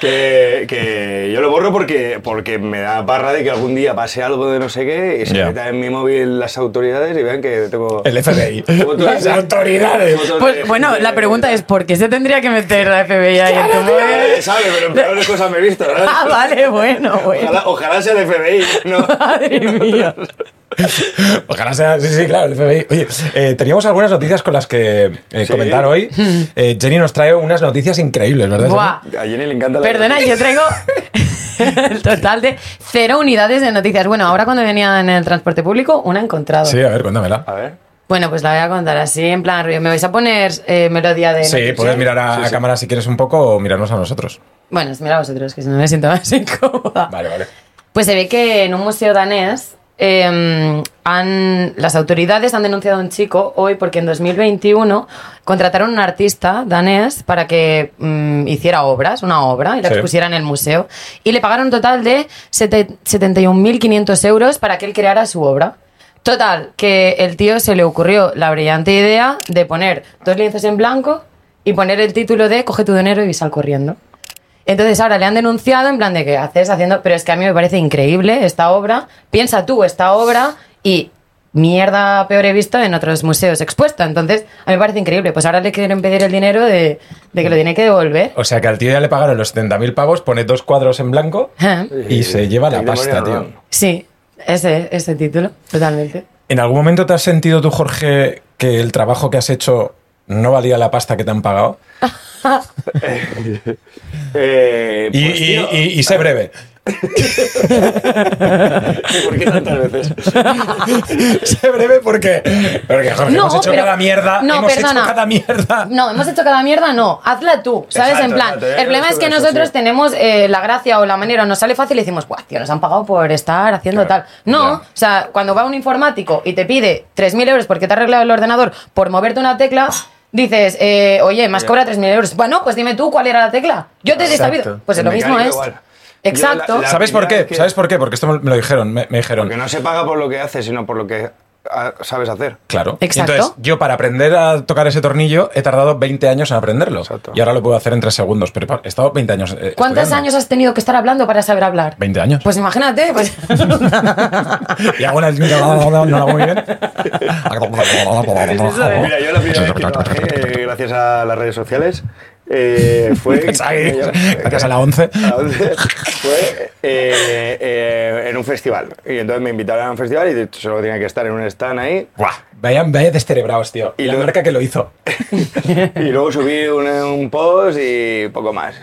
Speaker 3: que, que yo lo borro porque, porque me da parra de que algún día pase algo de no sé qué y se
Speaker 4: Ya.
Speaker 3: metan en mi móvil las autoridades y vean que tengo...
Speaker 1: El FBI.
Speaker 3: Como tú
Speaker 1: Las
Speaker 3: dices.
Speaker 1: autoridades.
Speaker 3: Como tú
Speaker 2: Pues
Speaker 3: dices,
Speaker 2: bueno,
Speaker 3: gente-
Speaker 2: la pregunta es: ¿por qué se tendría que meter la FBI ahí en tu móvil?
Speaker 3: Nadie sabe, pero peores cosas me he visto. ¿verdad?
Speaker 2: Ah, vale, bueno, bueno.
Speaker 3: Ojalá, ojalá sea el FBI, ¿no?
Speaker 2: Madre mía.
Speaker 1: Ojalá sea. Sí, sí, claro, el FBI. Oye, eh, teníamos algunas noticias con las que eh,
Speaker 3: Sí.
Speaker 1: comentar hoy. Eh, Jenny nos trae unas noticias increíbles, ¿verdad? Jenny?
Speaker 2: Buah.
Speaker 3: A Jenny le encanta la
Speaker 2: Perdona, yo traigo el total de cero unidades de noticias. Bueno, ahora cuando venía en el transporte público, una he encontrado.
Speaker 1: Sí, a ver, cuéntamela.
Speaker 3: A ver.
Speaker 2: Bueno, pues la voy a contar así, en plan, rollo, me vais a poner eh, melodía de...
Speaker 1: Sí,
Speaker 2: noticias?
Speaker 1: puedes mirar a,
Speaker 3: Sí,
Speaker 1: a
Speaker 3: sí.
Speaker 1: cámara si quieres un poco o mirarnos a nosotros.
Speaker 2: Bueno, mira vosotros, que si no me siento más incómoda.
Speaker 1: Vale, vale.
Speaker 2: Pues se ve que en un museo danés eh, han, las autoridades han denunciado a un chico hoy porque en 2021 contrataron a un artista danés para que mm, hiciera obras, una obra, y la
Speaker 1: Sí.
Speaker 2: expusiera en el museo. Y le pagaron un total de sete- 71.500 euros para que él creara su obra. Total, que el tío se le ocurrió la brillante idea de poner dos lienzos en blanco y poner el título de Coge tu dinero y sal corriendo. Entonces ahora le han denunciado en plan de que haces haciendo, pero es que a mí me parece increíble esta obra. Piensa tú esta obra y mierda peor he visto en otros museos expuesta. Entonces a mí me parece increíble. Pues ahora le quieren pedir el dinero de, de que lo tiene que devolver.
Speaker 1: O sea que al tío ya le pagaron los 70.000 pavos, pone dos cuadros en blanco
Speaker 2: Ajá.
Speaker 1: y se lleva la
Speaker 3: Take the
Speaker 1: pasta,
Speaker 3: money and
Speaker 1: tío.
Speaker 3: run.
Speaker 2: Sí, ese, ese título, totalmente.
Speaker 1: ¿En algún momento te has sentido tú, Jorge, que el trabajo que has hecho no valía la pasta que te han pagado?
Speaker 3: Eh,
Speaker 1: Y,
Speaker 3: pues,
Speaker 1: y-
Speaker 3: tío,
Speaker 1: y- y sé breve.
Speaker 3: ¿Por qué tantas veces?
Speaker 1: sé breve porque, porque Jorge,
Speaker 2: No,
Speaker 1: hemos hecho
Speaker 2: pero-
Speaker 1: cada mierda.
Speaker 2: no,
Speaker 1: hemos
Speaker 2: perdona.
Speaker 1: hecho cada mierda.
Speaker 2: No, hemos hecho cada mierda, no. Hazla tú, ¿sabes?
Speaker 3: Exacto,
Speaker 2: en plan,
Speaker 3: exacto, ya
Speaker 2: el problema
Speaker 3: no
Speaker 2: es que
Speaker 3: estuve eso,
Speaker 2: nosotros
Speaker 3: sí.
Speaker 2: tenemos eh, la gracia o la manera, nos sale fácil y decimos, guau, tío, nos han pagado por estar haciendo
Speaker 1: Claro,
Speaker 2: tal. No,
Speaker 1: ya.
Speaker 2: o sea, cuando va un informático y te pide 3.000 euros porque te ha arreglado el ordenador por moverte una tecla, dices, eh, oye, más cobra 3.000 euros. Bueno, pues dime tú cuál era la tecla. Yo te he
Speaker 1: Exacto.
Speaker 2: sabido. Pues
Speaker 3: El
Speaker 2: lo mismo
Speaker 3: mecánico
Speaker 2: es.
Speaker 3: igual.
Speaker 2: Exacto.
Speaker 3: Yo la- la-
Speaker 1: ¿Sabes por qué?
Speaker 3: primera vez que-
Speaker 1: ¿Sabes por qué? Porque esto me me lo dijeron. Me, me dijeron.
Speaker 3: Porque no se paga por lo que haces, sino por lo que ah, sabes hacer.
Speaker 1: Claro.
Speaker 2: Exacto.
Speaker 1: Entonces, yo para aprender a tocar ese tornillo he tardado 20 años en aprenderlo.
Speaker 3: Exacto.
Speaker 1: Y ahora lo puedo hacer en 3 segundos, pero he estado 20 años. eh,
Speaker 2: ¿Cuántos
Speaker 1: estudiando.
Speaker 2: años has tenido que estar hablando para saber hablar?
Speaker 1: 20 años.
Speaker 2: Pues imagínate, pues...
Speaker 1: Y hago una no lo hago muy bien.
Speaker 3: Mira, yo la primera vez que trabajé, eh, gracias a las redes sociales, eh, fue...
Speaker 1: Ahí, Gracias a la 11.
Speaker 3: A once, fue eh, eh, en un festival. Y entonces me invitaron a un festival y de hecho solo tenía que estar en un stand ahí.
Speaker 1: Buah, Vaya, vaya descerebrados, tío.
Speaker 3: Y
Speaker 1: Y la
Speaker 3: luego-
Speaker 1: marca que lo hizo.
Speaker 3: Y luego subí un, un post y poco más.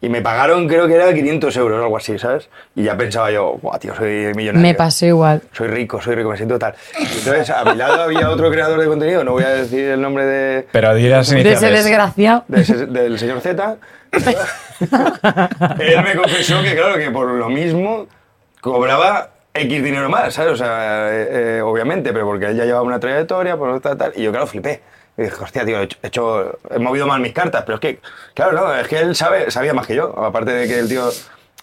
Speaker 3: Y me pagaron, creo que era 500 euros o algo así, ¿sabes? Y ya pensaba yo, guau, tío, soy millonario.
Speaker 2: Me pasó igual.
Speaker 3: soy rico, soy rico, me siento tal. Entonces, a mi lado había otro creador de contenido, no voy a decir el nombre de,
Speaker 1: Pero dirás
Speaker 2: De ese
Speaker 1: iniciales.
Speaker 2: desgraciado.
Speaker 3: de ese- del señor Z. Él me confesó que, claro, que por lo mismo cobraba X dinero más, ¿sabes? O sea, eh, eh, obviamente, pero porque él ya llevaba una trayectoria, por tal, tal. Y yo, claro, flipé. Y dije, hostia, tío, he hecho, he hecho- he movido mal mis cartas, pero es que, claro, no, es que él sabe, sabía más que yo. Aparte de que el tío.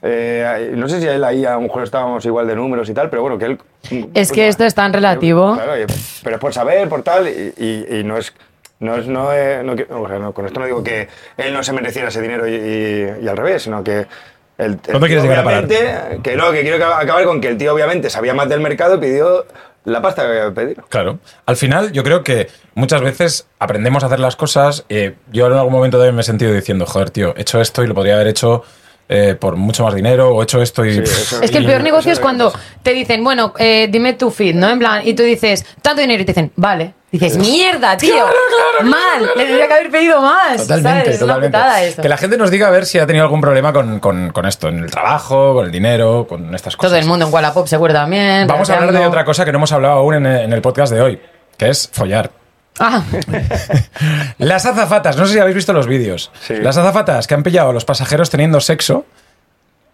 Speaker 3: eh, no sé si él ahí a lo mejor estábamos igual de números y tal, pero bueno, que él. pues,
Speaker 2: Es que esto es tan relativo.
Speaker 3: Claro, y- pero es por saber, por tal, y, y- y no es. No es no, eh, no que- o sea, no, con esto no digo que él no se mereciera ese dinero y, y- y al revés, sino que. El, el
Speaker 1: ¿Dónde quieres
Speaker 3: tío,
Speaker 1: llegar a parar?
Speaker 3: obviamente, Que no, que quiero acab- acabar con que el tío, obviamente, sabía más del mercado y pidió la pasta que había pedido.
Speaker 1: Claro. Al final, yo creo que muchas veces aprendemos a hacer las cosas. eh, yo en algún momento también me he sentido diciendo, joder, tío, he hecho esto y lo podría haber hecho eh, por mucho más dinero, o he hecho esto y.
Speaker 3: Sí, eso-
Speaker 2: Es que el
Speaker 1: y-
Speaker 2: peor negocio es
Speaker 3: eso también
Speaker 2: cuando te dicen, bueno, eh, dime tu feed, ¿no? En plan, y tú dices, tanto dinero, y te dicen, vale. Dices, mierda, tío. mal, le tendría que haber pedido más.
Speaker 1: Totalmente,
Speaker 2: ¿sabes? Es una
Speaker 1: totalmente.
Speaker 2: putada eso.
Speaker 1: Que la gente nos diga a ver si ha tenido algún problema con, con- con esto, en el trabajo, con el dinero, con estas cosas.
Speaker 2: Todo el mundo en Wallapop seguro también.
Speaker 1: Vamos a hablar de
Speaker 2: rateando.
Speaker 1: otra cosa que no hemos hablado aún en, en el podcast de hoy, que es follar.
Speaker 2: Ah,
Speaker 1: Las azafatas, no sé si habéis visto los vídeos.
Speaker 3: Sí.
Speaker 1: Las azafatas que han pillado a los pasajeros teniendo sexo.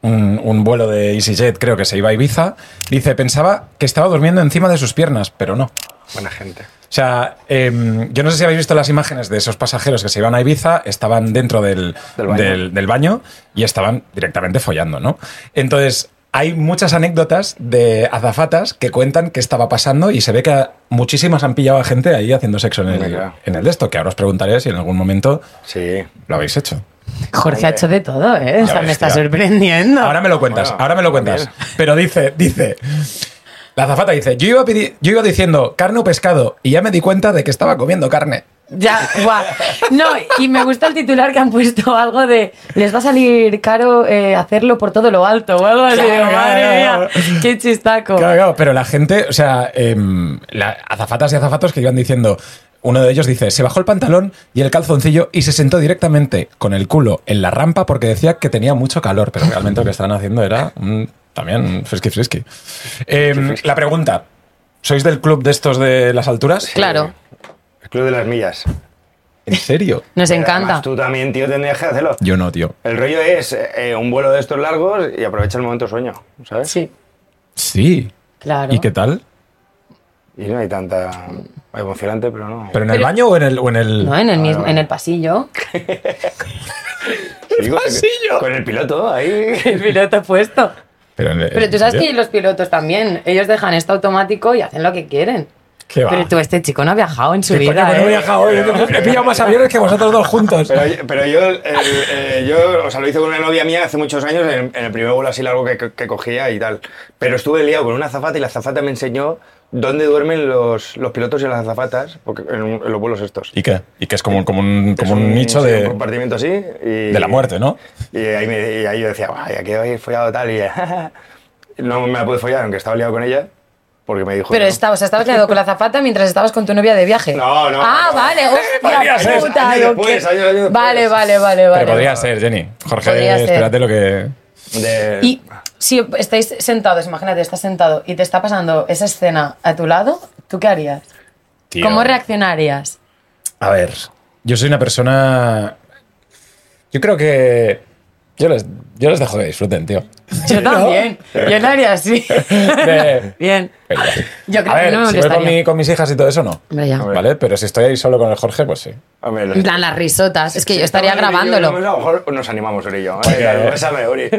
Speaker 1: Un, un vuelo de EasyJet, creo que se iba a Ibiza. Dice, pensaba que estaba durmiendo encima de sus piernas, pero no.
Speaker 3: Buena gente.
Speaker 1: O sea, em, yo no sé si habéis visto las imágenes de esos pasajeros que se iban a Ibiza, estaban dentro del,
Speaker 3: Del
Speaker 1: del,
Speaker 3: baño.
Speaker 1: baño. del baño y estaban directamente follando, ¿no? Entonces, hay muchas anécdotas de azafatas que cuentan qué estaba pasando y se ve que a- muchísimas han pillado a gente ahí haciendo sexo en el,
Speaker 3: Venga.
Speaker 1: en el de esto, que ahora os preguntaré si en algún momento
Speaker 3: Sí.
Speaker 1: lo habéis hecho.
Speaker 2: Jorge ha hecho de todo, ¿eh? O sea,
Speaker 1: ves,
Speaker 2: me está
Speaker 1: tía.
Speaker 2: sorprendiendo.
Speaker 1: Ahora me lo cuentas,
Speaker 3: Bueno,
Speaker 1: ahora me lo cuentas. Pero dice, dice. La azafata dice, yo iba, pidi- yo iba diciendo carne o pescado y ya me di cuenta de que estaba comiendo carne.
Speaker 2: Ya, guau. No, y me gusta el titular que han puesto algo de les va a salir caro eh, hacerlo por todo lo alto o algo así.
Speaker 1: Claro,
Speaker 2: Digo, Madre
Speaker 1: claro,
Speaker 2: mía,
Speaker 1: claro.
Speaker 2: qué chistaco.
Speaker 1: Claro, claro, pero la gente, o sea, em, la- azafatas y azafatos que iban diciendo, uno de ellos dice, se bajó el pantalón y el calzoncillo y se sentó directamente con el culo en la rampa porque decía que tenía mucho calor, pero realmente lo que estaban haciendo era mm, también un frisky frisky. Em, la pregunta, ¿sois del club de estos de las alturas?
Speaker 2: Claro,
Speaker 3: El Club de las Millas.
Speaker 1: ¿En serio?
Speaker 2: nos
Speaker 3: Pero
Speaker 2: encanta.
Speaker 3: además Tú también, tío, tendrías que hacerlo.
Speaker 1: Yo no, tío.
Speaker 3: El rollo es eh, un vuelo de estos largos y aprovecha el momento sueño, ¿sabes?
Speaker 2: Sí,
Speaker 1: Sí.
Speaker 2: claro.
Speaker 1: ¿Y qué tal?
Speaker 3: Y no hay tanta emocionante, pero no.
Speaker 1: ¿Pero en el baño o en el...? O en el...
Speaker 2: No, en el, mismo, en el pasillo.
Speaker 3: Sí, con,
Speaker 1: pasillo.
Speaker 3: con el piloto ahí.
Speaker 2: El piloto puesto.
Speaker 1: Pero, en el-
Speaker 2: Pero tú sabes
Speaker 1: ¿en
Speaker 2: que
Speaker 1: serio?
Speaker 2: los pilotos también, ellos dejan esto automático y hacen lo que quieren.
Speaker 1: ¿Qué va?
Speaker 2: Pero tú, este chico no ha viajado en su
Speaker 1: ¿Qué coño,
Speaker 2: vida.
Speaker 1: que no
Speaker 2: ¿eh?
Speaker 1: he viajado hoy? He pillado más aviones que vosotros dos juntos.
Speaker 3: Pero, pero yo, el- eh, yo, o sea, lo hice con una novia mía hace muchos años, en, en el primer vuelo así largo que, que cogía y tal. Pero estuve liado con una azafata y la azafata me enseñó dónde duermen los, los pilotos y las azafatas porque en, un- en los vuelos estos.
Speaker 1: ¿Y qué? Y que es como, como un, como
Speaker 3: Es
Speaker 1: un nicho
Speaker 3: sí,
Speaker 1: de,
Speaker 3: Un compartimento así. y-
Speaker 1: de la muerte, ¿no?
Speaker 3: Y ahí, me- y ahí yo decía, "Buah, ya que hoy he follado tal, y ya, no me la pude follar, aunque estaba liado con ella, porque me dijo.
Speaker 2: Pero
Speaker 3: no.
Speaker 2: estabas, estabas liado con la zapata mientras estabas con tu novia de viaje.
Speaker 3: No, no,
Speaker 2: Ah,
Speaker 3: no.
Speaker 2: vale,
Speaker 1: Eh, Podría
Speaker 2: hostia,
Speaker 1: ser.
Speaker 2: puta.
Speaker 3: Años
Speaker 2: digo,
Speaker 3: después,
Speaker 2: ¿qué?
Speaker 3: años, años
Speaker 2: vale,
Speaker 3: después.
Speaker 2: vale, vale, vale.
Speaker 1: Pero podría ser, Jenny. Jorge,
Speaker 2: Podría ser.
Speaker 1: espérate lo que.
Speaker 3: De-
Speaker 2: Y si estáis sentados, imagínate, estás sentado y te está pasando esa escena a tu lado, ¿tú qué harías?
Speaker 1: Tío.
Speaker 2: ¿Cómo reaccionarías?
Speaker 1: A ver, yo soy una persona. Yo creo que. Yo les, yo les dejo que disfruten, tío.
Speaker 2: Yo también. Yo no haría así.
Speaker 1: De-
Speaker 2: Bien. Yo creo
Speaker 1: a
Speaker 2: que
Speaker 1: ver,
Speaker 2: no me
Speaker 1: si voy con,
Speaker 2: molestaría.
Speaker 1: mi- con mis hijas y todo eso, no.
Speaker 2: Hombre, ya.
Speaker 1: ¿Vale? Pero si estoy ahí solo con el Jorge, pues sí.
Speaker 3: Hombre,
Speaker 2: En plan, las risotas. Es que yo estaría
Speaker 3: Estamos Uri y yo,
Speaker 2: grabándolo.
Speaker 3: A lo mejor nos animamos, Uri y yo. eh,
Speaker 1: Porque-
Speaker 3: Venga, bésame, Uri.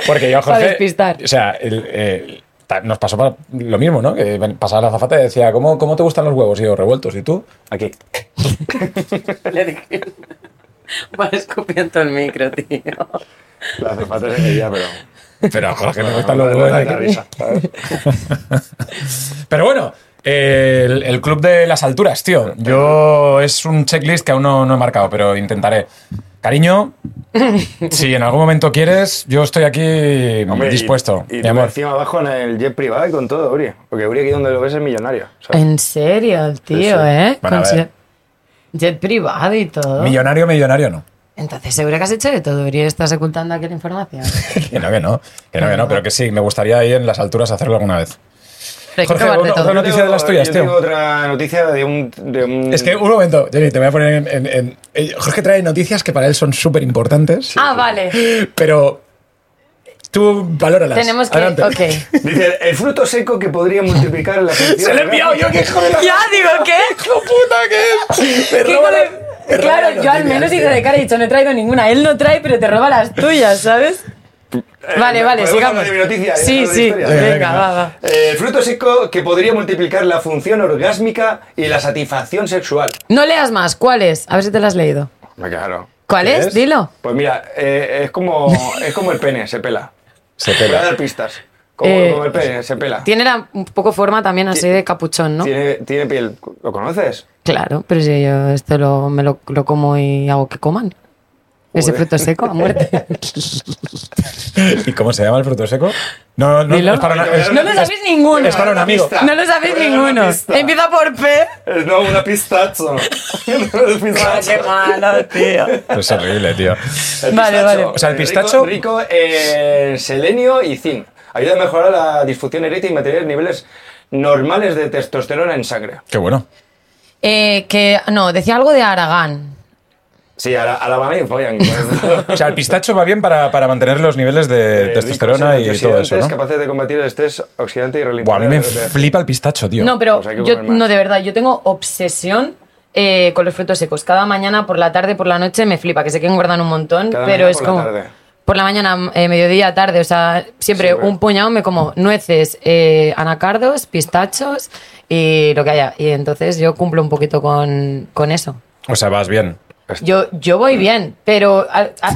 Speaker 1: Porque yo,
Speaker 2: Para
Speaker 1: Jorge.
Speaker 2: despistar.
Speaker 1: O sea, el- el- ta- nos pasó pa- lo mismo, ¿no? Que ven- pasaba la azafata y decía, ¿cómo, ¿cómo te gustan los huevos? Y yo, revueltos. ¿Y tú?
Speaker 3: Aquí.
Speaker 2: Le dije. Va escupiendo el micro, tío.
Speaker 3: La azafata es ella, pero.
Speaker 1: Pero a Jorge le gustan
Speaker 3: no,
Speaker 1: los
Speaker 3: no,
Speaker 1: huevos.
Speaker 3: no, da risa, ¿sabes?
Speaker 1: Pero bueno, eh, el, el club de las alturas, tío. Yo es un checklist que aún no, no he marcado, pero intentaré. Cariño, si en algún momento quieres, yo estoy aquí
Speaker 3: Hombre, y-
Speaker 1: dispuesto,
Speaker 3: Y,
Speaker 1: mi amor.
Speaker 3: encima abajo en el jet privado y con todo, Uri. Porque Uri aquí donde lo ves es millonario. ¿sabes?
Speaker 2: En serio, el tío,
Speaker 3: Sí, sí.
Speaker 2: ¿eh?
Speaker 1: Bueno,
Speaker 2: Con
Speaker 1: a ver.
Speaker 2: jet- jet privado y todo.
Speaker 1: Millonario, millonario, no.
Speaker 2: Entonces, seguro que has hecho de todo, Uri. Estás ocultando aquella información.
Speaker 1: Que no, que no. Que no, que no, pero que sí, me gustaría ahí en las alturas hacerlo alguna vez.
Speaker 2: Pero hay que
Speaker 1: Jorge,
Speaker 2: probarte
Speaker 1: uno-
Speaker 2: todo.
Speaker 1: otra
Speaker 3: Yo
Speaker 1: noticia
Speaker 3: tengo-
Speaker 1: de las tuyas,
Speaker 3: yo
Speaker 1: tío.
Speaker 3: tengo otra noticia de un. de un-
Speaker 1: Es que un momento, Jenny, te voy a poner en. en- en- eh, Jorge trae noticias que para él son súper importantes,
Speaker 2: Ah, vale.
Speaker 1: pero tú valóralas.
Speaker 2: Tenemos que.
Speaker 1: Adelante.
Speaker 2: Ok.
Speaker 3: Dice, el fruto seco que podría multiplicar la felicidad.
Speaker 1: Se le he enviado yo, que hijo de la
Speaker 2: ya, digo, ¿qué?
Speaker 1: ¡Hijo puta que es! Me
Speaker 2: ¿Qué
Speaker 1: roba
Speaker 2: con el-
Speaker 1: las- me roba
Speaker 2: Claro,
Speaker 1: las
Speaker 2: yo al
Speaker 1: noticias,
Speaker 2: menos hice
Speaker 1: tío.
Speaker 2: de cara y he dicho, no he traído ninguna. Él no trae, pero te roba las tuyas, ¿sabes?
Speaker 3: Eh,
Speaker 2: Vale, vale,
Speaker 3: ¿podemos
Speaker 2: sigamos.
Speaker 3: hablar de mi noticia?
Speaker 2: Sí,
Speaker 3: ¿Es otra
Speaker 2: sí.
Speaker 3: historia?
Speaker 1: Venga,
Speaker 2: Venga,
Speaker 1: venga.
Speaker 2: va, va.
Speaker 3: Eh, el fruto seco que podría multiplicar la función orgásmica y la satisfacción sexual.
Speaker 2: No leas más. ¿Cuál es? A ver si te la has leído.
Speaker 3: Me claro.
Speaker 2: ¿Cuál
Speaker 1: ¿Qué
Speaker 2: es?
Speaker 1: es?
Speaker 2: Dilo.
Speaker 3: Pues mira, eh, es, como, es como el pene, se pela.
Speaker 1: Se
Speaker 3: Voy a
Speaker 1: pela.
Speaker 3: dar pistas. Como,
Speaker 2: Eh,
Speaker 3: como el pene, se pela.
Speaker 2: Tiene la- un poco forma también así de capuchón, ¿no?
Speaker 3: Tiene, tiene piel. ¿Lo conoces?
Speaker 2: Claro, pero si yo esto lo, me lo, lo como y hago que coman. Ese
Speaker 3: Joder.
Speaker 2: fruto seco a muerte.
Speaker 1: ¿Y cómo se llama el fruto seco? No, no,
Speaker 2: Dilo.
Speaker 1: es para una- es-
Speaker 2: No lo sabéis ninguno.
Speaker 1: es para un amigo.
Speaker 2: No lo sabéis
Speaker 3: Buena
Speaker 2: ninguno.
Speaker 3: pista.
Speaker 2: Empieza por P.
Speaker 3: Eh, No, una pistazo. El pistacho.
Speaker 2: malo, tío.
Speaker 1: Es horrible, tío.
Speaker 3: El
Speaker 2: Vale,
Speaker 3: pistacho.
Speaker 2: vale.
Speaker 1: O sea, el pistacho-
Speaker 3: Rico, rico en selenio y zinc. Ayuda a mejorar la disfunción eréctil y mantener niveles normales de testosterona en sangre.
Speaker 1: Qué bueno.
Speaker 2: Eh, que, no, decía algo de Aragán.
Speaker 3: Sí, a la, a la mamá y follan. con esto.
Speaker 1: O sea, el pistacho va bien para, para mantener los niveles de
Speaker 3: Eh,
Speaker 1: testosterona
Speaker 3: ricos en
Speaker 1: y todo eso,
Speaker 3: antioxidantes
Speaker 1: ¿no?
Speaker 3: capaces de combatir el estrés oxidante y
Speaker 1: Buah, a
Speaker 3: ralentizar
Speaker 1: mí me
Speaker 3: el- el-
Speaker 1: flipa el pistacho, tío.
Speaker 2: No, pero
Speaker 3: Pues hay que
Speaker 2: yo,
Speaker 3: comer más.
Speaker 2: no, de verdad, yo tengo obsesión eh, con los frutos secos. Cada mañana, por la tarde, por la noche, me flipa, que sé que engordan un montón,
Speaker 3: Cada
Speaker 2: pero
Speaker 3: mañana
Speaker 2: es
Speaker 3: por la
Speaker 2: como...
Speaker 3: tarde.
Speaker 2: Por la mañana, eh, mediodía, tarde, o sea, siempre
Speaker 3: Sí, bueno.
Speaker 2: un puñado me como nueces, eh, anacardos, pistachos y lo que haya. Y entonces yo cumplo un poquito con, con eso.
Speaker 1: O sea, vas bien.
Speaker 2: Yo, yo voy bien, pero. a- a-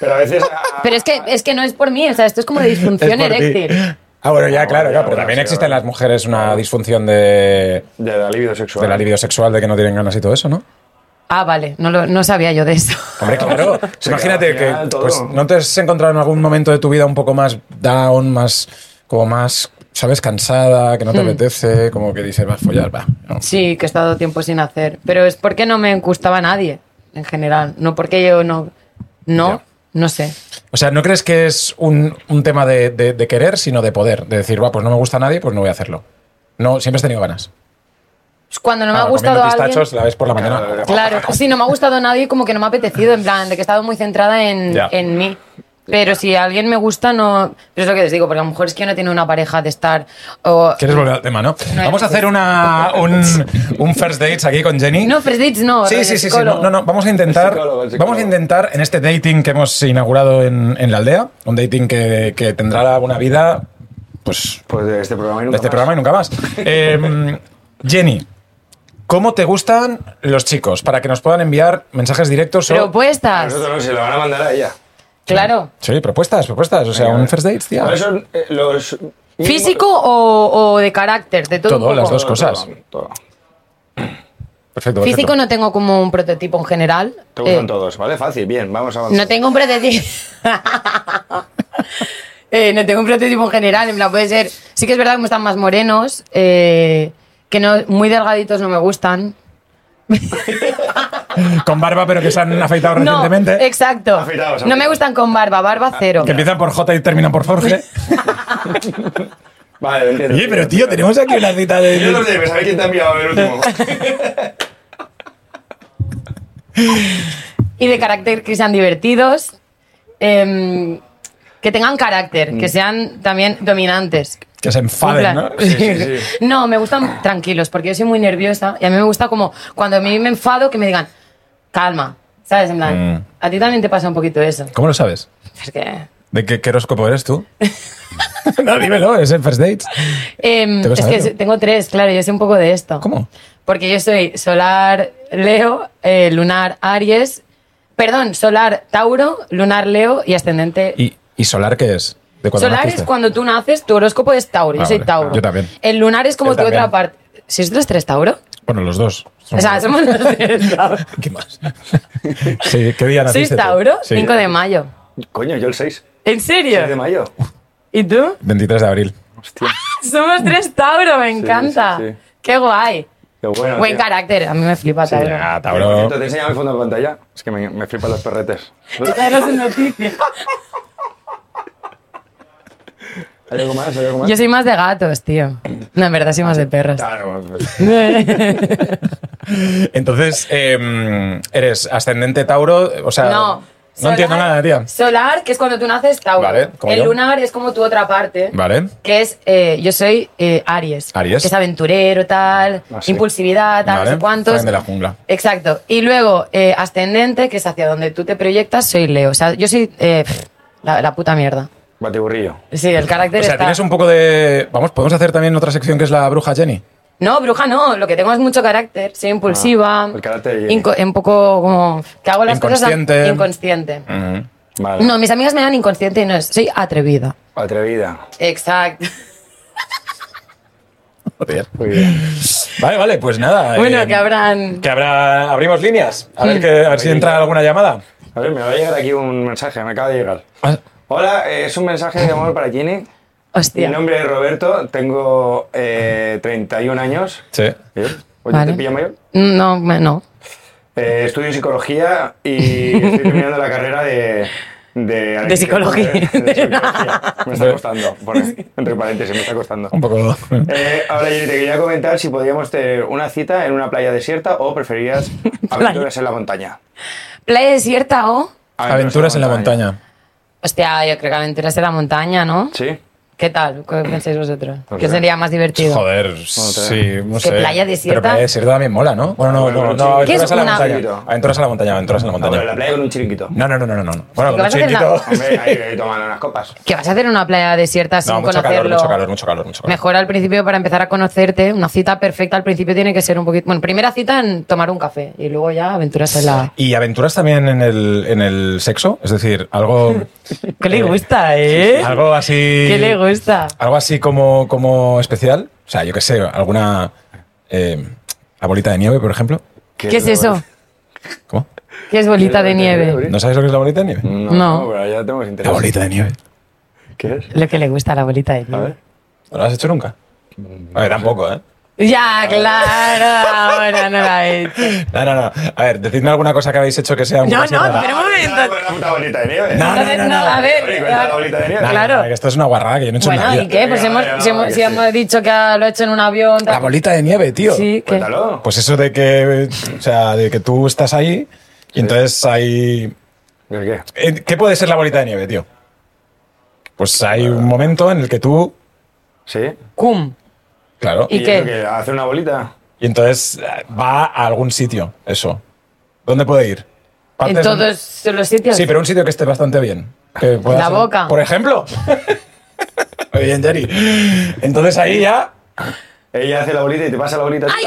Speaker 3: Pero a veces. ah, a-
Speaker 2: pero es que, es que no es por mí, o sea, esto es como de
Speaker 1: Es
Speaker 2: disfunción
Speaker 1: por ti.
Speaker 2: eréctil.
Speaker 1: Ah, bueno, ya, claro, claro,
Speaker 3: ya,
Speaker 1: pero
Speaker 3: bueno,
Speaker 1: también
Speaker 3: sí,
Speaker 1: existe en
Speaker 3: ahora.
Speaker 1: las mujeres una disfunción de,
Speaker 3: De la libido sexual.
Speaker 1: de la libido sexual, de que no tienen ganas y todo eso, ¿no?
Speaker 2: Ah, vale, no, lo- no sabía yo de eso.
Speaker 1: Hombre, claro.
Speaker 3: Sí,
Speaker 1: Imagínate
Speaker 3: al final,
Speaker 1: que
Speaker 3: todo.
Speaker 1: pues, no te has encontrado en algún momento de tu vida un poco más down, más como más, ¿sabes? Cansada, que no
Speaker 2: Hmm.
Speaker 1: te apetece, como que dices, vas a follar, va. No.
Speaker 2: Sí, que he estado tiempo sin hacer. Pero es porque no me gustaba nadie, en general. No porque yo no. No,
Speaker 1: Ya.
Speaker 2: no sé.
Speaker 1: O sea, ¿no crees que es un, un tema de, de- de querer, sino de poder? De decir, va, pues no me gusta a nadie, pues no voy a hacerlo. No, siempre has tenido ganas.
Speaker 2: Es Cuando no me
Speaker 1: Ah,
Speaker 2: ha
Speaker 1: comiendo
Speaker 2: gustado a alguien.
Speaker 1: pistachos la ves por la mañana.
Speaker 3: Claro,
Speaker 2: Claro, si no me ha gustado nadie, como que no me ha apetecido, en plan, de que he estado muy centrada en,
Speaker 1: Ya.
Speaker 2: en mí. Pero si a alguien me gusta, no. Pero es lo que les digo, porque a lo mejor es que yo no tiene una pareja de estar. O...
Speaker 1: ¿Quieres volver al tema, no?
Speaker 2: No,
Speaker 1: Vamos a
Speaker 2: no.
Speaker 1: hacer una, un, un first dates aquí con Jenny.
Speaker 2: No, first dates no.
Speaker 1: Sí,
Speaker 2: rollo
Speaker 1: sí, sí, sí.
Speaker 2: psicólogo.
Speaker 1: No, no, no. Vamos a intentar.
Speaker 3: El psicólogo, el
Speaker 1: Vamos a
Speaker 3: psicólogo.
Speaker 1: intentar en este dating que hemos inaugurado en, en la aldea, un dating que, que tendrá una vida, pues,
Speaker 3: Pues de este programa.
Speaker 1: de
Speaker 3: y nunca
Speaker 1: este
Speaker 3: más.
Speaker 1: programa y nunca más. Eh, Jenny, ¿cómo te gustan los chicos? Para que nos puedan enviar mensajes directos o.
Speaker 3: A
Speaker 2: Propuestas.
Speaker 3: nosotros no, se lo van a mandar a ella.
Speaker 2: Claro.
Speaker 1: Sí, propuestas, propuestas. O sea,
Speaker 3: Venga,
Speaker 1: un
Speaker 3: venga.
Speaker 1: first date, tía.
Speaker 3: Por eso eh, los.
Speaker 2: ¿Físico o, o de carácter? De todo. un
Speaker 1: Todo, las
Speaker 2: poco.
Speaker 1: dos cosas.
Speaker 3: todo.
Speaker 1: Perfecto, perfecto.
Speaker 2: Físico no tengo como un prototipo en general.
Speaker 3: Te gustan
Speaker 2: Eh,
Speaker 3: todos, ¿vale? Fácil, bien, vamos a avanzar.
Speaker 2: No tengo un prototipo. Eh, no tengo un prototipo en general, en plan, puede ser. Sí que es verdad que me están más morenos, eh, que no, muy delgaditos no me gustan.
Speaker 1: Con barba, pero que se han afeitado
Speaker 2: No,
Speaker 1: recientemente.
Speaker 2: exacto.
Speaker 3: Afeitados,
Speaker 2: No me
Speaker 3: afeitados.
Speaker 2: gustan con barba, barba cero.
Speaker 1: Que empiezan por J y terminan por Jorge.
Speaker 3: Vale, lo entiendo.
Speaker 1: Oye, pero tío, tenemos aquí una cita de.
Speaker 3: Yo no sé, pero ¿sabes quién te ha enviado el último?
Speaker 2: Y de carácter que sean divertidos, em, que tengan carácter, que sean también dominantes.
Speaker 1: Que se enfaden,
Speaker 2: En
Speaker 1: ¿no?
Speaker 2: plan-
Speaker 3: sí, sí.
Speaker 2: No, me gustan tranquilos, porque yo soy muy nerviosa y a mí me gusta como cuando a mí me enfado que me digan, calma, ¿sabes? En plan,
Speaker 1: Mm.
Speaker 2: a ti también te pasa un poquito eso.
Speaker 1: ¿Cómo lo sabes?
Speaker 2: Es que.
Speaker 1: ¿De qué, qué horóscopo eres tú? no, dímelo, es en First Dates.
Speaker 2: Em,
Speaker 1: Tengo que
Speaker 2: es que
Speaker 1: saberlo.
Speaker 2: tengo tres, claro, yo sé un poco de esto.
Speaker 1: ¿Cómo?
Speaker 2: Porque yo soy solar Leo, eh, lunar Aries, perdón, solar Tauro, lunar Leo y ascendente.
Speaker 1: ¿Y, y solar qué es? ¿De cuándo
Speaker 2: solar
Speaker 1: naciste?
Speaker 2: es cuando tú naces, tu horóscopo es Tauro,
Speaker 1: Ah,
Speaker 2: yo soy
Speaker 1: vale.
Speaker 2: Tauro.
Speaker 1: Yo también.
Speaker 2: El lunar es como
Speaker 1: Él
Speaker 2: tu
Speaker 1: también.
Speaker 2: otra parte. ¿Si es los tres Tauro?
Speaker 1: Bueno, los dos.
Speaker 2: O sea, somos los tres Tauro.
Speaker 1: ¿Qué más? sí, ¿qué día naciste?
Speaker 2: ¿Sois
Speaker 1: tú?
Speaker 2: Tauro?
Speaker 1: Sí.
Speaker 2: 5 de mayo.
Speaker 3: Coño, yo el 6.
Speaker 2: ¿En
Speaker 3: 6 de
Speaker 2: serio?
Speaker 3: mayo.
Speaker 2: ¿Y tú?
Speaker 1: 23 de abril.
Speaker 3: Hostia,
Speaker 2: Somos tres Tauro, me encanta.
Speaker 3: sí, sí.
Speaker 2: Qué guay.
Speaker 3: qué bueno.
Speaker 2: Buen
Speaker 3: tío.
Speaker 2: carácter, a mí me flipa Tauro.
Speaker 1: Ah,
Speaker 3: Eh, por
Speaker 1: Tauro.
Speaker 3: cierto, te enseñaba el fondo de pantalla. Es que me, me flipan los perretes.
Speaker 2: Tauro es noticia.
Speaker 3: ¿Hay algo más? ¿Hay algo más?
Speaker 2: Yo soy más de gatos, tío. No, en verdad soy más de perros.
Speaker 3: Claro, pues,
Speaker 1: Entonces, eh, eres ascendente Tauro, o sea.
Speaker 2: No.
Speaker 1: No entiendo
Speaker 2: solar-
Speaker 1: nada, tía.
Speaker 2: Solar, que es cuando tú naces, Tauro.
Speaker 1: Vale, como
Speaker 2: el
Speaker 1: yo.
Speaker 2: lunar es como tu otra parte.
Speaker 1: Vale.
Speaker 2: Que es, eh, yo soy eh, Aries.
Speaker 1: Aries.
Speaker 2: Que es aventurero, tal,
Speaker 3: Ah, sí.
Speaker 2: impulsividad, tal,
Speaker 1: Vale,
Speaker 2: no sé cuántos.
Speaker 1: Fran de la jungla.
Speaker 2: Exacto. Y luego, eh, ascendente, que es hacia donde tú te proyectas, soy Leo. O sea, yo soy eh, pff, la, la puta mierda.
Speaker 3: batiburrillo.
Speaker 2: Sí, el carácter
Speaker 1: O sea,
Speaker 2: está-
Speaker 1: tienes un poco de. Vamos, podemos hacer también otra sección que es la bruja Jenny.
Speaker 2: No, bruja no, lo que tengo es mucho carácter,
Speaker 1: Ah,
Speaker 2: soy impulsiva,
Speaker 3: el carácter y-
Speaker 2: inco- un poco como que hago las cosas
Speaker 1: Inconsciente.
Speaker 2: a- inconsciente.
Speaker 3: Vale.
Speaker 2: No, mis amigas me dan inconsciente y no es, soy atrevida.
Speaker 3: Atrevida.
Speaker 2: Exacto.
Speaker 1: Joder.
Speaker 3: Muy bien.
Speaker 1: Vale, vale, pues nada.
Speaker 2: Bueno,
Speaker 1: eh,
Speaker 2: que habrán...
Speaker 1: Que habrá. Abrimos líneas. A ver, que, a ver si entra alguna llamada.
Speaker 3: A ver, me va a llegar aquí un mensaje, me acaba de llegar.
Speaker 1: Ah,
Speaker 3: Hola, eh, es un mensaje de amor para Jenny. Mi
Speaker 2: Hostia.
Speaker 3: nombre es Roberto, tengo eh, 31 años.
Speaker 1: Sí.
Speaker 3: Oye,
Speaker 2: Vale.
Speaker 3: ¿te pilla mayor?
Speaker 2: No, me- no.
Speaker 3: Eh, estudio psicología y estoy terminando la carrera de. De, arquitecto-
Speaker 2: psicología.
Speaker 3: de psicología. Me está costando, pone, entre paréntesis, me está costando.
Speaker 1: Un poco.
Speaker 3: Eh, ahora, Jenny, te quería comentar si podíamos tener una cita en una playa desierta o preferirías aventuras en la montaña.
Speaker 2: Playa desierta o...
Speaker 1: Aventuras en la montaña.
Speaker 2: Hostia, yo creo que aventuras en la montaña, ¿no?
Speaker 3: Sí.
Speaker 2: ¿Qué tal? ¿Qué pensáis vosotros?
Speaker 3: No
Speaker 2: ¿Qué
Speaker 3: sé.
Speaker 2: sería más divertido?
Speaker 1: Pues Joder, sí, no sé.
Speaker 2: playa desierta?
Speaker 1: Pero playa desierta también mola, ¿no? Bueno, no,
Speaker 3: Bueno,
Speaker 1: no, no,
Speaker 3: sí.
Speaker 2: ¿Qué es
Speaker 1: aventuras a la
Speaker 2: una-
Speaker 1: montaña. Aventuras a la montaña, aventuras a la
Speaker 3: No, pero la
Speaker 1: montaña.
Speaker 3: playa con un chiringuito.
Speaker 1: No, no, no, no, no. no. Bueno, con
Speaker 2: ¿Qué vas a hacer en la-
Speaker 1: chiringuito.
Speaker 3: Hombre, ahí, ahí tomando unas copas.
Speaker 2: ¿Qué vas a hacer en una playa desierta sin
Speaker 1: No, mucho
Speaker 2: conocerlo?
Speaker 1: calor, mucho calor, mucho calor, mucho calor.
Speaker 2: Mejor al principio para empezar a conocerte. Una cita perfecta al principio tiene que ser un poquito. Bueno, primera cita en tomar un café y luego ya aventuras en la.
Speaker 1: ¿Y aventuras también en el, en el sexo? Es decir, algo,
Speaker 2: ¿Qué le gusta, eh?
Speaker 1: algo así.
Speaker 2: ¿Qué eh. le gusta?
Speaker 1: Algo así como, como especial. O sea, yo qué sé, alguna. Eh, la bolita de nieve, por ejemplo.
Speaker 2: ¿Qué es eso?
Speaker 1: ¿Cómo?
Speaker 2: ¿Qué es bolita de nieve?
Speaker 1: ¿No sabes lo que es la bolita de nieve?
Speaker 3: No,
Speaker 2: No.
Speaker 3: pero ya tenemos
Speaker 1: La
Speaker 3: interés.
Speaker 1: bolita de nieve.
Speaker 3: ¿Qué es?
Speaker 2: Lo que le gusta a la bolita de
Speaker 3: A
Speaker 2: nieve.
Speaker 3: ver.
Speaker 1: ¿No lo has hecho nunca? A ver, tampoco, ¿eh?
Speaker 2: Ya, claro. Bueno, no la he hecho.
Speaker 1: No, no, no. A ver, decidme alguna cosa que habéis hecho que sea un
Speaker 2: No,
Speaker 1: poco así
Speaker 2: no,
Speaker 1: rara.
Speaker 2: pero un
Speaker 3: Ah,
Speaker 2: momento.
Speaker 3: la puta bolita de nieve.
Speaker 1: No, no,
Speaker 2: Entonces, no, a
Speaker 3: Oye,
Speaker 2: ver.
Speaker 3: cuenta la bolita de nieve.
Speaker 1: No, no,
Speaker 2: Claro.
Speaker 1: no, que Esto es una guarrada que yo no he hecho en la
Speaker 2: Bueno,
Speaker 1: vida.
Speaker 2: ¿y qué? Pues
Speaker 3: Venga,
Speaker 2: hemos,
Speaker 3: venga,
Speaker 2: si hemos,
Speaker 3: que
Speaker 2: si hemos dicho que lo ha hecho en un avión. tal.
Speaker 1: La bolita de nieve, Ah, tío.
Speaker 2: Sí, que.
Speaker 3: Cuéntalo.
Speaker 1: Pues eso de que, o sea, de que tú estás ahí y entonces hay...
Speaker 3: ¿Qué? qué?
Speaker 1: Eh, ¿Qué puede ser la bolita de nieve, tío? Pues hay un momento en el que tú...
Speaker 3: ¿Sí?
Speaker 2: Cum.
Speaker 1: Claro.
Speaker 2: ¿Y
Speaker 1: Y,
Speaker 3: yo
Speaker 2: qué?
Speaker 3: creo que ¿Hacer una bolita?
Speaker 1: entonces eh, va a algún sitio, eso. ¿Dónde puede ir?
Speaker 2: En
Speaker 1: Partes-
Speaker 2: todos los sitios.
Speaker 1: Sí, pero un sitio que esté bastante bien. que pueda
Speaker 2: La
Speaker 1: ser-
Speaker 2: boca.
Speaker 1: Por ejemplo. Muy bien, Jerry. Entonces ahí ya...
Speaker 3: Ella hace la bolita y te pasa la bolita. a ti.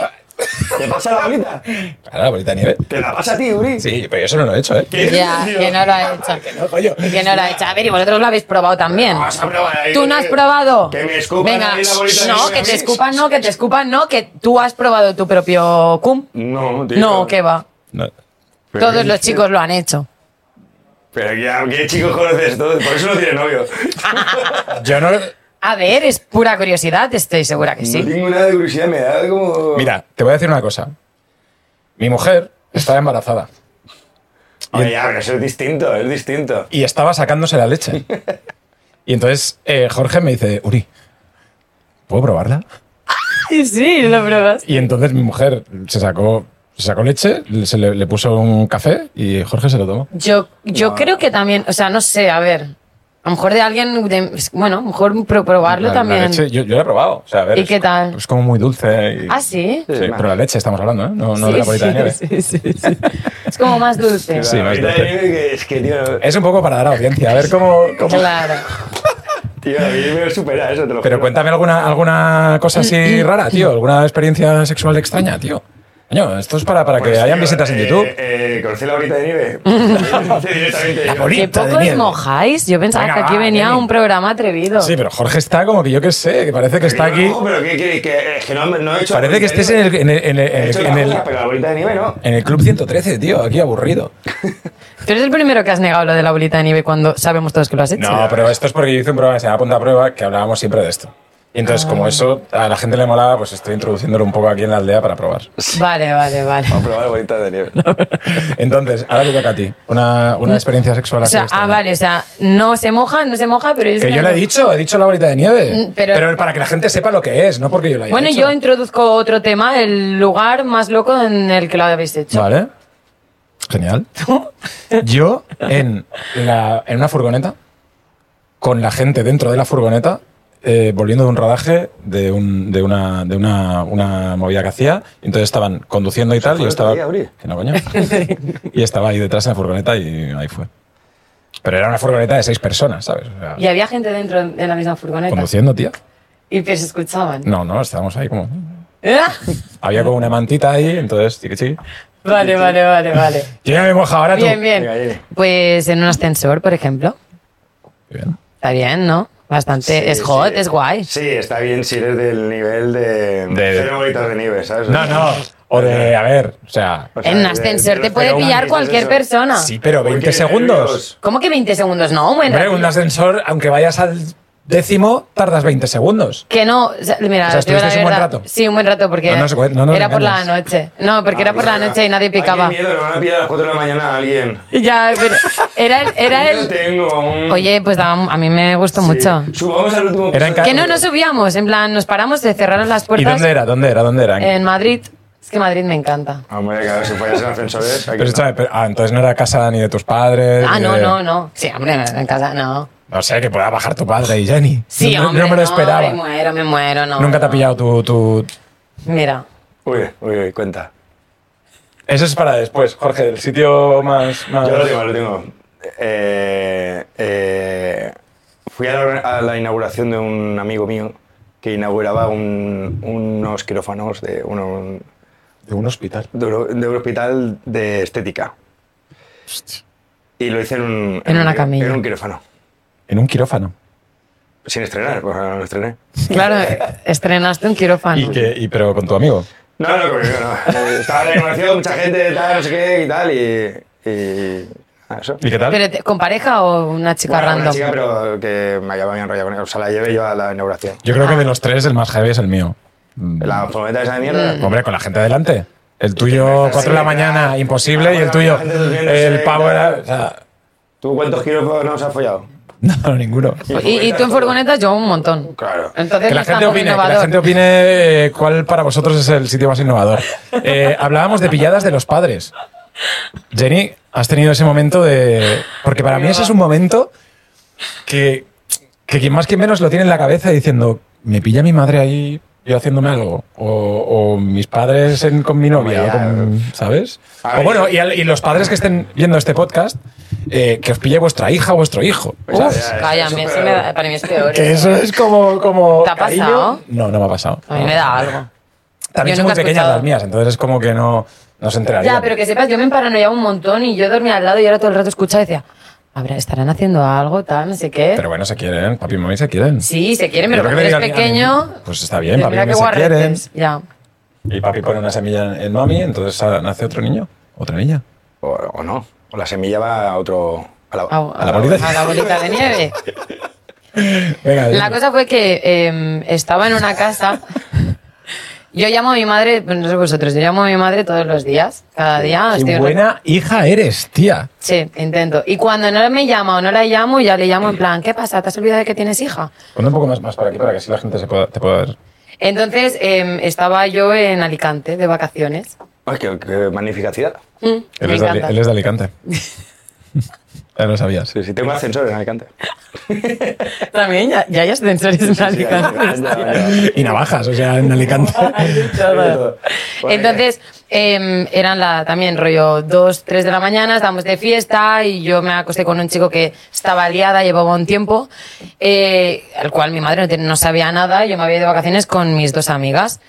Speaker 3: ¿Te pasa la bolita?
Speaker 1: Claro, la bolita de nieve.
Speaker 3: ¿Te la pasa a ti, Uri?
Speaker 1: Sí, pero yo eso no lo he hecho, ¿eh?
Speaker 2: Ya, que no lo ha hecho.
Speaker 1: No, coño.
Speaker 2: Que no lo ha hecho. A ver, y vosotros lo habéis probado también.
Speaker 3: Vamos a probar ahí. eh,
Speaker 2: Tú no has probado.
Speaker 3: Que me escupan
Speaker 2: Venga,
Speaker 3: ahí la bolita de
Speaker 2: no,
Speaker 3: nieve
Speaker 2: que
Speaker 3: a
Speaker 2: te
Speaker 3: mí.
Speaker 2: escupan, no, que te escupan, no, que tú has probado tu propio cum.
Speaker 3: No, tío.
Speaker 2: No, que va.
Speaker 1: No.
Speaker 3: Pero-
Speaker 2: Todos los chicos lo han hecho.
Speaker 3: Pero ¿qué, qué chicos conoces todos? Por eso no tiene novio.
Speaker 1: Yo no.
Speaker 2: A ver, es pura curiosidad, estoy segura que
Speaker 3: No
Speaker 2: sí.
Speaker 3: tengo nada de curiosidad, me da como...
Speaker 1: Mira, te voy a decir una cosa. Mi mujer estaba embarazada
Speaker 3: Oye, ya, pero eso es distinto, es distinto.
Speaker 1: y estaba sacándose la leche. Y entonces eh, Jorge me dice, Uri, ¿puedo probarla?
Speaker 2: Sí, sí, lo probas.
Speaker 1: Y entonces mi mujer se sacó, se sacó leche, se le, le puso un café y Jorge se lo tomó.
Speaker 2: Yo, yo
Speaker 3: No.
Speaker 2: creo que también, o sea, no sé, a ver. A lo mejor de alguien, de- bueno, a lo mejor pro- probarlo
Speaker 1: La- la
Speaker 2: también.
Speaker 1: leche, yo, yo la he probado. o sea, a ver,
Speaker 2: ¿Y
Speaker 1: es
Speaker 2: qué
Speaker 1: como-
Speaker 2: tal?
Speaker 1: Es como muy dulce. y-
Speaker 2: Ah, sí.
Speaker 1: Sí,
Speaker 3: Sí,
Speaker 1: pero la leche estamos hablando, ¿eh? No, no
Speaker 2: Sí,
Speaker 1: de la bolita de
Speaker 2: sí,
Speaker 1: nieve.
Speaker 2: sí, sí, sí. Es como más dulce.
Speaker 1: Sí,
Speaker 3: la
Speaker 1: más
Speaker 3: bolita de
Speaker 1: dulce.
Speaker 3: nieve que es que, tío, no-
Speaker 1: Es un poco para dar audiencia, a ver cómo. cómo-
Speaker 2: Claro.
Speaker 3: tío, a mí me supera eso, te lo
Speaker 1: Pero
Speaker 3: juro.
Speaker 1: cuéntame alguna, alguna cosa
Speaker 2: Mm,
Speaker 1: así rara, tío. Alguna experiencia sexual extraña, tío. Coño, esto es para, para
Speaker 3: Pues,
Speaker 1: que
Speaker 3: tío,
Speaker 1: hayan visitas en
Speaker 3: eh,
Speaker 1: YouTube.
Speaker 3: Eh, ¿Conocí la bolita de nieve? Sí, directamente.
Speaker 1: La
Speaker 3: yo.
Speaker 1: bolita.
Speaker 2: Que
Speaker 1: Pinta de
Speaker 2: poco os
Speaker 1: nieve.
Speaker 2: mojáis. Yo pensaba
Speaker 1: Venga,
Speaker 2: que aquí
Speaker 1: va,
Speaker 2: venía
Speaker 1: Jenny.
Speaker 2: un programa atrevido.
Speaker 1: Sí, pero Jorge está como que yo qué sé, que parece que está
Speaker 3: No,
Speaker 1: aquí.
Speaker 3: pero que, que, que, es que no, no he hecho...
Speaker 1: Parece que estés en el, en el, en el-
Speaker 3: He hecho
Speaker 1: en
Speaker 3: la
Speaker 1: el-
Speaker 3: cosa, pero la bolita de nieve no.
Speaker 1: en el Club 113, tío, aquí aburrido.
Speaker 2: Tú eres el primero que has negado lo de la bolita de nieve cuando sabemos todos que lo has hecho.
Speaker 1: No, pero esto es porque yo hice un programa que se llama Punta a Prueba que hablábamos siempre de esto. Y
Speaker 2: Ah.
Speaker 1: entonces, como eso a la gente le molaba, pues estoy introduciéndolo un poco aquí en la aldea para probar.
Speaker 2: Vale, vale, vale.
Speaker 3: Vamos a probar la bolita de nieve.
Speaker 1: Entonces, ahora te toca a ti. Una, una experiencia sexual
Speaker 2: O
Speaker 1: así.
Speaker 2: sea, ah,
Speaker 1: extraña.
Speaker 2: vale, o sea, no se moja, no se moja, pero es
Speaker 1: Que yo
Speaker 2: una-
Speaker 1: le he dicho, he dicho la bolita de nieve.
Speaker 2: Mm, pero-
Speaker 1: Pero, para que la gente sepa lo que es, no porque yo la haya
Speaker 2: Bueno,
Speaker 1: hecho.
Speaker 2: yo introduzco otro tema, el lugar más loco en el que lo habéis hecho.
Speaker 1: Vale. Genial. Yo en, la, en una furgoneta, con la gente dentro de la furgoneta, eh, volviendo de un rodaje de, un- de, una, de una, una movida que hacía. Entonces estaban conduciendo y tal.
Speaker 3: fue
Speaker 1: y yo
Speaker 3: el
Speaker 1: estaba.
Speaker 3: otro día, Uri?
Speaker 1: Que no, coño. y estaba ahí detrás en la furgoneta y ahí fue. Pero era una furgoneta de seis personas, ¿sabes? O sea,
Speaker 2: Y había gente dentro de la misma furgoneta.
Speaker 1: conduciendo, tía.
Speaker 2: Y que se escuchaban.
Speaker 1: No, no, estábamos ahí como.
Speaker 2: Ah,
Speaker 1: Había como una mantita ahí, entonces, chiqui chiqui.
Speaker 2: Vale, vale, vale, vale.
Speaker 1: Yo ya me moja ahora tú.
Speaker 2: Bien, bien.
Speaker 3: Venga, Jenny.
Speaker 2: Pues en un ascensor, por ejemplo.
Speaker 1: Bien.
Speaker 2: Está bien, ¿no? Bastante.
Speaker 3: Sí,
Speaker 2: es hot,
Speaker 3: sí.
Speaker 2: es guay.
Speaker 3: Sí, está bien si eres del nivel de.
Speaker 1: De-
Speaker 3: Cero bolitas de nieve, ¿sabes?
Speaker 1: No, no. O de, a ver, o sea.
Speaker 3: O sea,
Speaker 2: En un
Speaker 3: de-
Speaker 2: ascensor
Speaker 3: de
Speaker 2: te
Speaker 3: los
Speaker 2: puede
Speaker 3: peronis,
Speaker 2: pillar
Speaker 3: es
Speaker 2: cualquier
Speaker 3: eso.
Speaker 2: persona.
Speaker 1: Sí, pero
Speaker 3: Uy,
Speaker 1: 20
Speaker 3: qué
Speaker 1: segundos.
Speaker 3: nervios.
Speaker 2: ¿Cómo que 20 segundos? No, bueno.
Speaker 1: Hombre, un ascensor, aunque vayas al décimo, tardas 20 segundos.
Speaker 2: Que no, o sea, mira,
Speaker 1: O sea,
Speaker 2: te digo la
Speaker 1: estuvisteis un buen
Speaker 2: verdad.
Speaker 1: rato.
Speaker 2: Sí, un buen rato porque
Speaker 1: No, no se puede- no, no,
Speaker 2: era por la
Speaker 1: engañas.
Speaker 2: noche. No, porque era por la noche y nadie
Speaker 3: Ay, qué
Speaker 2: picaba.
Speaker 3: Ah, miedo, me van a pillar a las 4 de la mañana a alguien.
Speaker 2: Ya, pero era el, era
Speaker 3: Yo
Speaker 2: el
Speaker 3: tengo un.
Speaker 2: Oye, pues daba- a mí me gustó
Speaker 3: Sí.
Speaker 2: mucho.
Speaker 3: Subamos al último.
Speaker 1: Era en
Speaker 3: piso.
Speaker 1: ca-
Speaker 2: Que no nos subíamos, en plan nos paramos, se cerraron las
Speaker 1: ¿Y
Speaker 2: puertas Eh,
Speaker 1: dónde era? ¿Dónde era? ¿Dónde era?
Speaker 2: en Madrid. Es que Madrid me encanta.
Speaker 3: Hombre, claro, si fallas en ascensores. aquí
Speaker 1: Pero,
Speaker 3: no.
Speaker 1: escúchame, pero- ah, entonces no era casa ni de tus padres.
Speaker 2: Ah,
Speaker 1: ni
Speaker 2: no,
Speaker 1: de-
Speaker 2: no, no. Sí, hombre, en casa no.
Speaker 1: No sé, que pueda bajar tu padre y Jenny.
Speaker 2: Sí,
Speaker 1: no, no-
Speaker 2: hombre,
Speaker 1: no me lo
Speaker 2: me
Speaker 1: esperaba.
Speaker 2: muero, me muero, no.
Speaker 1: Nunca te ha
Speaker 2: no.
Speaker 1: pillado tu, tu...
Speaker 2: Mira,
Speaker 3: Uy, uy, uy, cuenta.
Speaker 1: Eso es para después, Jorge, del sitio más... más-
Speaker 3: Yo lo tengo, lo tengo. Eh, eh, fui a la, a la inauguración de un amigo mío que inauguraba un- unos quirófanos de, uno- un,
Speaker 1: De un hospital.
Speaker 3: de un- de un hospital de estética. Y lo hice en un,
Speaker 2: En una
Speaker 3: un-
Speaker 2: camilla.
Speaker 3: En un quirófano.
Speaker 1: En un quirófano.
Speaker 3: Sin estrenar, pues no lo estrené.
Speaker 2: claro, estrenaste un quirófano.
Speaker 1: Y que, y, pero con tu amigo.
Speaker 3: No, no, conmigo no. Eh, Estaba en la inauguración, mucha gente, tal, no sé qué y tal, y. y ah, eso.
Speaker 1: ¿Y qué tal?
Speaker 2: ¿Pero te- con pareja o una chica
Speaker 3: Bueno, una
Speaker 2: random?
Speaker 3: chica, pero que me había enrollado con ella. O sea, la llevé yo a la inauguración.
Speaker 1: Yo creo que de los tres el más heavy es el mío. Mm.
Speaker 3: La furgoneta esa de mierda.
Speaker 1: Hombre, con la gente adelante. El tuyo, 4 de la
Speaker 3: Sí,
Speaker 1: mañana,
Speaker 3: claro.
Speaker 1: imposible, y el
Speaker 3: Bueno,
Speaker 1: tuyo,
Speaker 3: la gente durmiéndose,
Speaker 1: el pavo era...
Speaker 3: claro.
Speaker 1: o sea,
Speaker 3: ¿Tú cuántos quirófanos has follado?
Speaker 1: no, ninguno.
Speaker 2: Y, y tú en furgonetas, yo un montón.
Speaker 3: Claro.
Speaker 1: Que
Speaker 2: Entonces no
Speaker 1: la
Speaker 2: es
Speaker 1: gente
Speaker 2: tampoco
Speaker 1: opine, que la
Speaker 2: innovador.
Speaker 1: gente opine eh, cuál para vosotros es el sitio más innovador. Eh, hablábamos de pilladas de los padres. Jenny, has tenido ese momento de... Porque para mí ese es un momento que, que quien más que menos lo tiene en la cabeza diciendo, me pilla mi madre ahí yo haciéndome algo, o, o mis padres en- con mi novia,
Speaker 3: Ya.
Speaker 1: o con- ¿sabes?
Speaker 3: A
Speaker 1: O
Speaker 3: ver.
Speaker 1: bueno, y, al- y los padres que estén viendo este podcast, eh, que os pille vuestra hija o vuestro hijo.
Speaker 2: Uf,
Speaker 3: Pues Ya, ya, ya,
Speaker 2: cállame,
Speaker 3: eso
Speaker 2: eso me
Speaker 3: peor.
Speaker 2: da- para mí es peor. ¿eh?
Speaker 1: Que eso es como... como
Speaker 2: ¿Te ha
Speaker 1: cariño.
Speaker 2: pasado?
Speaker 1: No, no me ha pasado.
Speaker 2: A mí me da algo.
Speaker 1: También
Speaker 2: Yo
Speaker 1: son muy
Speaker 2: nunca he
Speaker 1: pequeñas
Speaker 2: escuchado.
Speaker 1: las mías, entonces es como que no, no se enteraría.
Speaker 2: Ya, pero que sepas, yo me emparanoiaba un montón y yo dormía al lado y ahora todo el rato escuchaba y decía, habrá, estarán haciendo algo, tal, no sé qué.
Speaker 1: Pero bueno, se quieren, papi y mami se quieren.
Speaker 2: sí, se quieren,
Speaker 1: Yo
Speaker 2: pero
Speaker 1: creo
Speaker 2: cuando
Speaker 1: que le
Speaker 2: eres
Speaker 1: diría a mi- a mi-
Speaker 2: pequeño...
Speaker 1: Pues está bien,
Speaker 2: dices,
Speaker 1: papi y
Speaker 2: mira
Speaker 1: mami
Speaker 2: qué
Speaker 1: se quieren.
Speaker 2: guarretes. Ya.
Speaker 1: Y papi pone una semilla en mami, entonces ah, nace otro niño, otra niña.
Speaker 3: O, o no. O la semilla va a otro. A la,
Speaker 1: a la bolita.
Speaker 2: a la bolita de nieve.
Speaker 1: Venga,
Speaker 2: La
Speaker 1: dime.
Speaker 2: cosa fue que eh, estaba en una casa. Yo llamo a mi madre, no sé vosotros, yo llamo a mi madre todos los días, cada día. estoy
Speaker 1: Qué
Speaker 2: en-
Speaker 1: buena hija eres, tía.
Speaker 2: Sí, intento. Y cuando no me llama o no la llamo, ya le llamo en plan, ¿qué pasa? ¿Te has olvidado de que tienes hija?
Speaker 1: Ponte un poco más, más para aquí para que así la gente se pueda, te pueda ver.
Speaker 2: Entonces eh, estaba yo en Alicante de vacaciones.
Speaker 3: Ay, qué, qué magnífica ciudad.
Speaker 2: Mm,
Speaker 1: Él,
Speaker 2: me
Speaker 1: es de, Ali-
Speaker 2: encanta.
Speaker 1: él es de Alicante. ya lo sabías.
Speaker 3: Sí, sí, tengo ascensor en Alicante.
Speaker 2: También ya, ya hay ascensores en
Speaker 3: Sí,
Speaker 2: Alicante.
Speaker 3: ya, ya, ya.
Speaker 1: Y navajas, o sea, en Alicante.
Speaker 3: Todo. Bueno,
Speaker 2: Entonces, eh, eran la, también rollo 2, 3 de la mañana, estábamos de fiesta y yo me acosté con un chico que estaba liada, llevaba un tiempo, eh, al cual mi madre no, ten- no sabía nada, yo me había ido de vacaciones con mis dos amigas.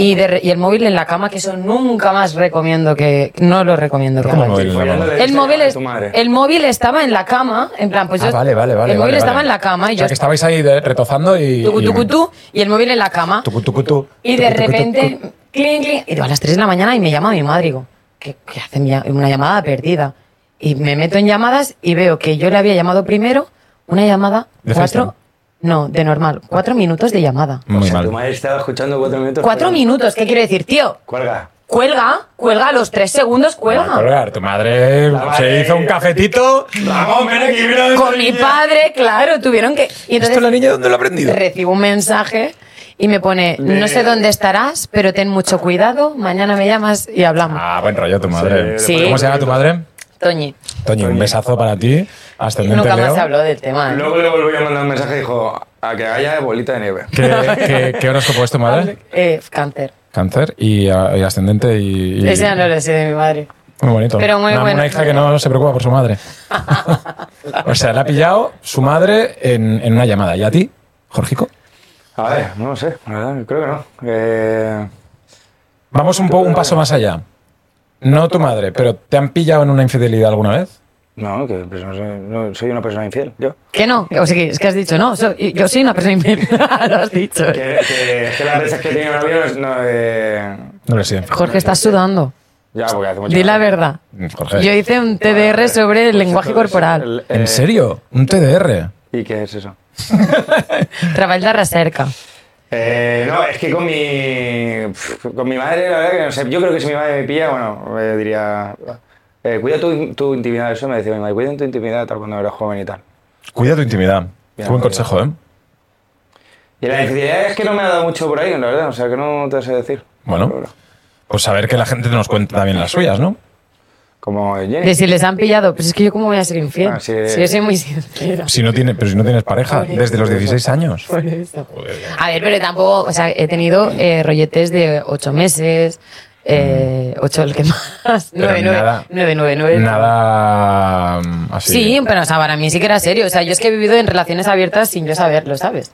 Speaker 2: Y, de re- y el móvil en la cama, que eso nunca más recomiendo que... No lo recomiendo. que
Speaker 1: ¿Cómo
Speaker 2: hagáis.
Speaker 1: móvil en la
Speaker 3: follándole
Speaker 1: mano?
Speaker 3: el
Speaker 2: el
Speaker 3: Instagram
Speaker 2: móvil,
Speaker 3: a
Speaker 2: es-
Speaker 3: tu madre.
Speaker 2: el móvil estaba en la cama, en plan, pues
Speaker 1: Ah,
Speaker 2: yo...
Speaker 1: vale, vale, vale.
Speaker 2: El móvil
Speaker 1: vale,
Speaker 2: estaba
Speaker 1: vale.
Speaker 2: en la cama y
Speaker 1: O sea,
Speaker 2: yo...
Speaker 1: que estabais ahí de- retozando y...
Speaker 2: tucu,
Speaker 1: y-
Speaker 2: tucu, tú, y el móvil en la cama.
Speaker 1: Tucu, tucu, tú.
Speaker 2: Y de
Speaker 1: Tucu, tucu,
Speaker 2: repente,
Speaker 1: tucu.
Speaker 2: clink, clink, y digo, a las 3 de la mañana y me llama mi madre y digo, ¿qué, qué hace mi ll- una llamada perdida? Y me meto en llamadas y veo que yo le había llamado primero una llamada,
Speaker 1: ¿De
Speaker 2: cuatro,
Speaker 1: FaceTime?
Speaker 2: no, de normal, cuatro minutos de llamada.
Speaker 3: o
Speaker 1: Muy
Speaker 3: sea,
Speaker 1: mal.
Speaker 3: Tu madre estaba escuchando cuatro minutos.
Speaker 2: Cuatro
Speaker 3: pero-
Speaker 2: minutos, ¿qué quiere decir, tío?
Speaker 3: Cuelga.
Speaker 2: Cuelga, cuelga a los tres segundos,
Speaker 1: Para
Speaker 2: cuelga.
Speaker 1: colgar, tu madre
Speaker 3: La
Speaker 1: se
Speaker 3: madre-
Speaker 1: hizo un cafetito.
Speaker 3: Vamos, ven aquí, mira.
Speaker 2: Con mi padre, claro, tuvieron que... Y
Speaker 1: ¿Esto la niña dónde lo ha aprendido?
Speaker 2: recibo un mensaje y me pone, no sé dónde estarás, pero ten mucho cuidado, mañana me llamas y hablamos.
Speaker 1: Ah, buen rollo tu madre.
Speaker 2: Sí.
Speaker 1: ¿Cómo se llama tu madre?
Speaker 2: Toñi.
Speaker 1: Toñi, un
Speaker 3: Toñi.
Speaker 1: besazo para ti. Ascendente
Speaker 2: Nunca más
Speaker 1: Leo.
Speaker 2: se habló del tema. ¿eh?
Speaker 3: Luego le volví a mandar un mensaje y dijo: A que haya bolita de nieve.
Speaker 1: ¿Qué, qué, qué horóscopo es tu madre?
Speaker 2: Eh, cáncer.
Speaker 1: Cáncer y, ah, y ascendente y, y-
Speaker 2: Ese ya no lo sé de mi madre.
Speaker 1: Muy bonito.
Speaker 2: Pero muy
Speaker 1: una,
Speaker 2: bueno.
Speaker 1: una hija que no se preocupa por su madre. o sea, la ha pillado su madre en, en una llamada. ¿Y a ti, Jorgico?
Speaker 3: A ver, no lo sé, la verdad, creo que no. Eh,
Speaker 1: Vamos un, po- un paso más allá. No tu madre, pero ¿te han pillado en una infidelidad alguna vez?
Speaker 3: no, que pues, no, sé, no, soy una persona infiel, yo.
Speaker 2: ¿Qué no? O sea, que- es que has dicho, no, soy- yo soy una persona infiel. lo has dicho. ¿eh?
Speaker 3: Que, que, que las veces que he tenido novios, no. Eh,
Speaker 1: No lo sé.
Speaker 2: Jorge, estás sudando.
Speaker 3: ya, porque hace mucho
Speaker 2: Di la
Speaker 3: tiempo.
Speaker 2: verdad.
Speaker 1: Jorge.
Speaker 2: Yo hice un TDR sobre el lenguaje corporal.
Speaker 3: El, eh,
Speaker 1: ¿En serio? ¿Un TDR?
Speaker 3: ¿Y qué es eso?
Speaker 2: Trabajar la recerca.
Speaker 3: Eh, no, es que con mi, pf, con mi madre, la verdad que no sé. Yo creo que si mi madre me pilla, bueno, eh, diría. eh, cuida tu, tu intimidad, eso me decía mi madre, cuida tu intimidad tal cuando eras joven y tal.
Speaker 1: Cuida tu intimidad. Buen
Speaker 3: Bien, bien.
Speaker 1: consejo, ¿eh?
Speaker 3: Y la infidelidad es que no me ha dado mucho por ahí, la verdad, o sea que no te sé decir.
Speaker 1: Bueno, pues saber que la gente nos cuenta también las suyas, ¿no?
Speaker 3: Como Jenny.
Speaker 2: De si les han pillado, pues es que yo cómo voy a ser infiel.
Speaker 3: Ah, sí.
Speaker 2: Si yo soy muy sincera.
Speaker 1: Si no tiene, pero si no tienes pareja, desde los 16 años.
Speaker 2: Por eso. A ver, pero tampoco, o sea, he tenido eh, rolletes de ocho meses, eh, ocho el que
Speaker 1: Mm.
Speaker 2: más,
Speaker 1: Pero
Speaker 2: nueve, nueve,
Speaker 1: nada-
Speaker 2: nueve, nueve, nueve.
Speaker 1: Nada mm, así.
Speaker 2: Sí, pero o sea, para mí sí que era serio. O sea, yo es que he vivido en relaciones abiertas sin yo saberlo, ¿sabes?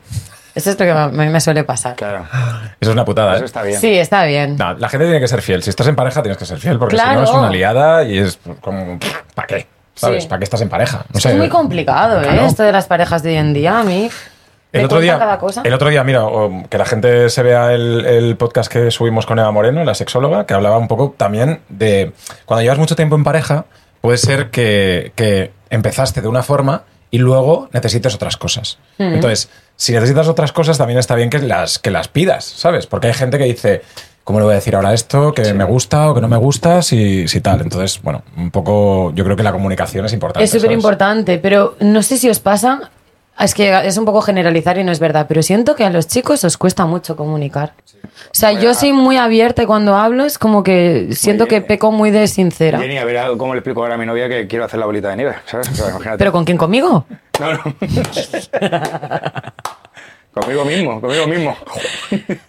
Speaker 2: Eso es lo que a mí me suele pasar.
Speaker 3: Claro,
Speaker 1: Eso es una putada.
Speaker 3: eso
Speaker 1: ¿eh?
Speaker 3: está bien.
Speaker 2: Ah, Sí, está bien.
Speaker 1: No, la gente tiene que ser fiel. Si estás en pareja, tienes que ser fiel, porque si
Speaker 2: Claro.
Speaker 1: no es una liada y es como. ¿Para qué? ¿Sabes?
Speaker 2: Sí.
Speaker 1: ¿Para qué estás en pareja? No sé.
Speaker 2: es muy complicado, ¿eh?
Speaker 1: Claro.
Speaker 2: Esto de las parejas de hoy en día, a mí.
Speaker 1: El
Speaker 2: me
Speaker 1: otro,
Speaker 2: cuentan
Speaker 1: día,
Speaker 2: cada cosa.
Speaker 1: el otro día, mira, o que la gente se vea el, el podcast que subimos con Eva Moreno, la sexóloga, que hablaba un poco también de cuando llevas mucho tiempo en pareja, puede ser que, que empezaste de una forma y luego necesites otras cosas.
Speaker 2: Hmm.
Speaker 1: Entonces, si necesitas otras cosas, también está bien que las, que las pidas, ¿sabes? Porque hay gente que dice, ¿cómo le voy a decir ahora esto? Que me gusta o que no me gusta, si, si tal. Entonces, bueno, un poco, yo creo que la comunicación es importante.
Speaker 2: Es súper
Speaker 1: ¿sabes?
Speaker 2: importante, pero no sé si os pasa. Es que es un poco generalizar y no es verdad, pero siento que a los chicos os cuesta mucho comunicar. O sea, yo soy muy abierta y cuando hablo es como que siento que
Speaker 3: bien.
Speaker 2: peco muy de sincera.
Speaker 3: Jenny, a ver algo- cómo le explico ahora a mi novia que quiero hacer la bolita de nieve, ¿sabes? O sea, imagínate.
Speaker 2: ¿Pero con quién? ¿Conmigo?
Speaker 3: No, no. conmigo mismo, conmigo mismo.